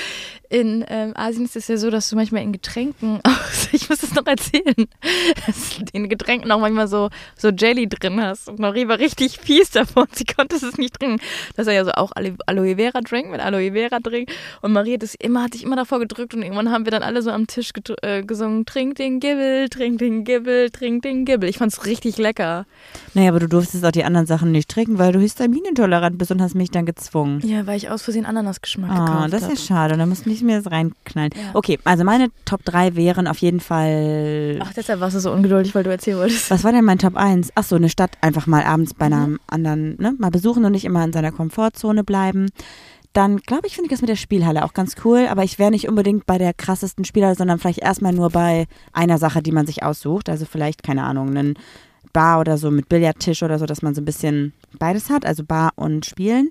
in ähm, Asien ist es ja so, dass du manchmal in Getränken, <laughs> ich muss das noch erzählen, <laughs> dass du in Getränken auch manchmal so, so Jelly drin hast. Und Marie war richtig fies davon, sie konnte es nicht trinken. Das war ja so auch Alo- Aloe Vera Drink mit Aloe Vera Drink. Und Marie hat, das immer, hat sich immer davor gedrückt und irgendwann haben wir dann alle so am Tisch getr- äh, gesungen, trink den Gibbel, trink den Gibbel, trink den Gibbel. Ich fand es richtig lecker.
Naja, aber du durftest auch die anderen Sachen nicht trinken, weil du histaminintolerant bist und hast mich dann gezwungen.
Ja, weil ich aus Versehen Ananasgeschmack
Ah,
gekauft
das ist ja
habe.
schade. Da musst du nicht mehr das reinknallen.
Ja.
Okay, also meine Top 3 wären auf jeden Fall.
Ach, deshalb warst du so ungeduldig, weil du erzählen wolltest.
Was war denn mein Top 1? Ach so, eine Stadt einfach mal abends bei einem anderen, ne, mal besuchen und nicht immer in seiner Komfortzone bleiben. Dann, glaube ich, finde ich das mit der Spielhalle auch ganz cool, aber ich wäre nicht unbedingt bei der krassesten Spielhalle, sondern vielleicht erstmal nur bei einer Sache, die man sich aussucht. Also vielleicht, keine Ahnung, einen Bar oder so mit Billardtisch oder so, dass man so ein bisschen beides hat, also Bar und Spielen.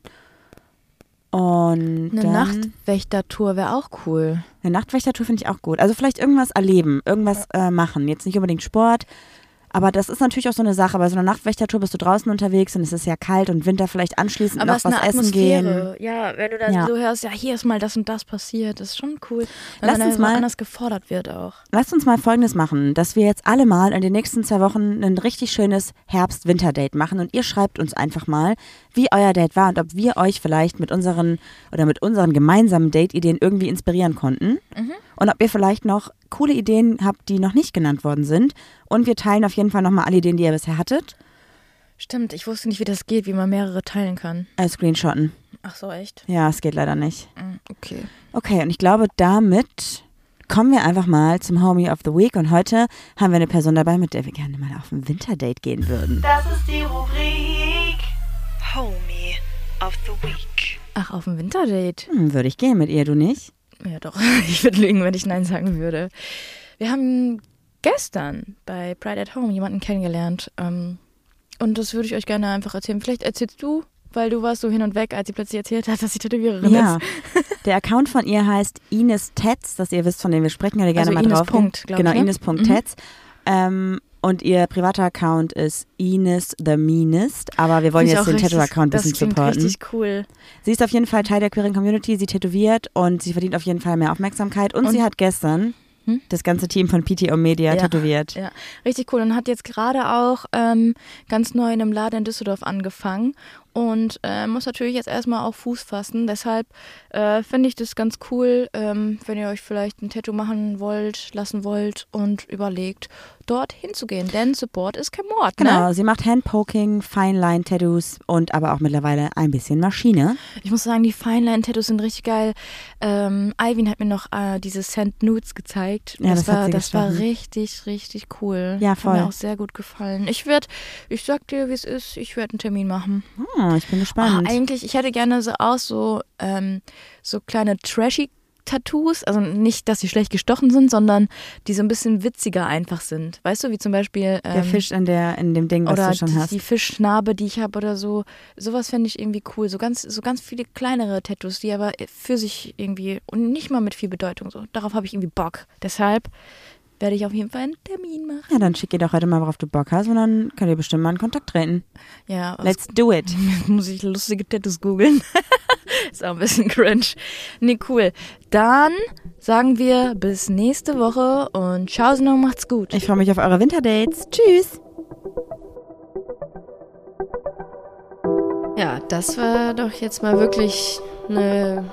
Und
Eine
dann,
Nachtwächtertour wäre auch cool.
eine Nachtwächtertour finde ich auch gut. Also vielleicht irgendwas erleben, irgendwas äh, machen. Jetzt nicht unbedingt Sport, aber das ist natürlich auch so eine Sache. Bei so einer Nachtwächtertour bist du draußen unterwegs und es ist ja kalt und Winter vielleicht anschließend
Aber
noch
es ist
was
eine
essen gehen.
Atmosphäre. Ja, wenn du dann
Ja.
so hörst, ja, hier ist mal das und das passiert, das ist schon cool. Wenn
Lass
man
uns
dann
mal-
anders gefordert wird auch.
Lasst uns mal Folgendes machen, dass wir jetzt alle mal in den nächsten zwei Wochen ein richtig schönes Herbst-Winter-Date machen und ihr schreibt uns einfach mal, wie euer Date war und ob wir euch vielleicht mit unseren oder mit unseren gemeinsamen Date-Ideen irgendwie inspirieren konnten und ob ihr vielleicht noch coole Ideen habt, die noch nicht genannt worden sind und wir teilen auf jeden Fall nochmal alle Ideen, die ihr bisher hattet,
Stimmt, ich wusste nicht, wie das geht, wie man mehrere teilen kann.
äh, screenshotten.
Ach so, echt?
Ja, es geht leider nicht.
Mm, Okay.
Okay, und ich glaube, damit kommen wir einfach mal zum Homie of the Week. Und heute haben wir eine Person dabei, mit der wir gerne mal auf ein Winterdate gehen würden.
Das ist die Rubrik Homie of the Week.
Ach, auf ein Winterdate?
Hm, würde ich gehen mit ihr, du nicht?
Ja doch, <laughs> ich würde lügen, wenn ich Nein sagen würde. Wir haben gestern bei Pride at Home jemanden kennengelernt. Ähm, und das würde ich euch gerne einfach erzählen. Vielleicht erzählst du, weil du warst so hin und weg, als sie plötzlich erzählt hat, dass sie Tätowiererin
Ja.
ist.
<laughs> Der Account von ihr heißt Ines Tetz, dass ihr wisst, von dem wir sprechen, könnt ihr gerne
Also
mal
Ines
drauf. gehen.
Punkt, glaub ich,
genau,
ne?
Ines Punkt Tetz. Ähm, und ihr privater Account ist Ines the Meanest, aber wir
Finde
wollen
ich
jetzt
auch
den
richtig-
Tattoo-Account ein bisschen
Das klingt
supporten.
richtig cool.
Sie ist auf jeden Fall Teil der queeren Community, sie tätowiert und sie verdient auf jeden Fall mehr Aufmerksamkeit. Und,
Und-
sie hat gestern
Hm?
das ganze Team von PTO Media
Ja. Äh,
tätowiert.
Ja, richtig cool. Und hat jetzt gerade auch ähm, ganz neu in einem Laden in Düsseldorf angefangen und äh, muss natürlich jetzt erstmal auch Fuß fassen. Deshalb äh, finde ich das ganz cool, ähm, wenn ihr euch vielleicht ein Tattoo machen wollt, lassen wollt und überlegt, dort hinzugehen. Denn Support ist kein Mord. Ne?
Genau, sie macht Handpoking, Fine-Line-Tattoos und aber auch mittlerweile ein bisschen Maschine.
Ich muss sagen, die Fineline-Tattoos sind richtig geil. Ähm, Ivan hat mir noch äh, diese Sand Nudes gezeigt.
Ja, das hat
war,
sie
das war
gestochen.
richtig, richtig cool.
Ja,
Hat
voll.
mir auch sehr gut gefallen. Ich werde, ich sag dir, wie es ist, ich werde einen Termin machen.
Hm, ich bin gespannt.
Ah, eigentlich, ich hätte gerne so auch so, ähm, so kleine trashy Tattoos, also nicht, dass sie schlecht gestochen sind, sondern die so ein bisschen witziger einfach sind. Weißt du, wie zum Beispiel ähm,
der Fisch in, der, in dem Ding, was
oder
du schon
die,
hast.
die Fischschnabe, die ich habe oder so. Sowas fände ich irgendwie cool. So ganz, so ganz viele kleinere Tattoos, die aber für sich irgendwie und nicht mal mit viel Bedeutung so. Darauf habe ich irgendwie Bock. Deshalb werde ich auf jeden Fall einen Termin machen.
Ja, dann schick ihr doch heute mal, worauf du Bock hast und dann könnt ihr bestimmt mal in Kontakt treten.
Ja, aber
Let's do it.
<laughs> muss ich lustige Tattoos googeln. <laughs> ist auch ein bisschen cringe. Nee, cool. Dann sagen wir bis nächste Woche und ciao, Snow, macht's gut.
Ich freue mich auf eure Winterdates. Tschüss.
Ja, das war doch jetzt mal wirklich eine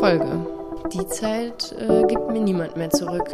Folge. Die Zeit äh, gibt mir niemand mehr zurück.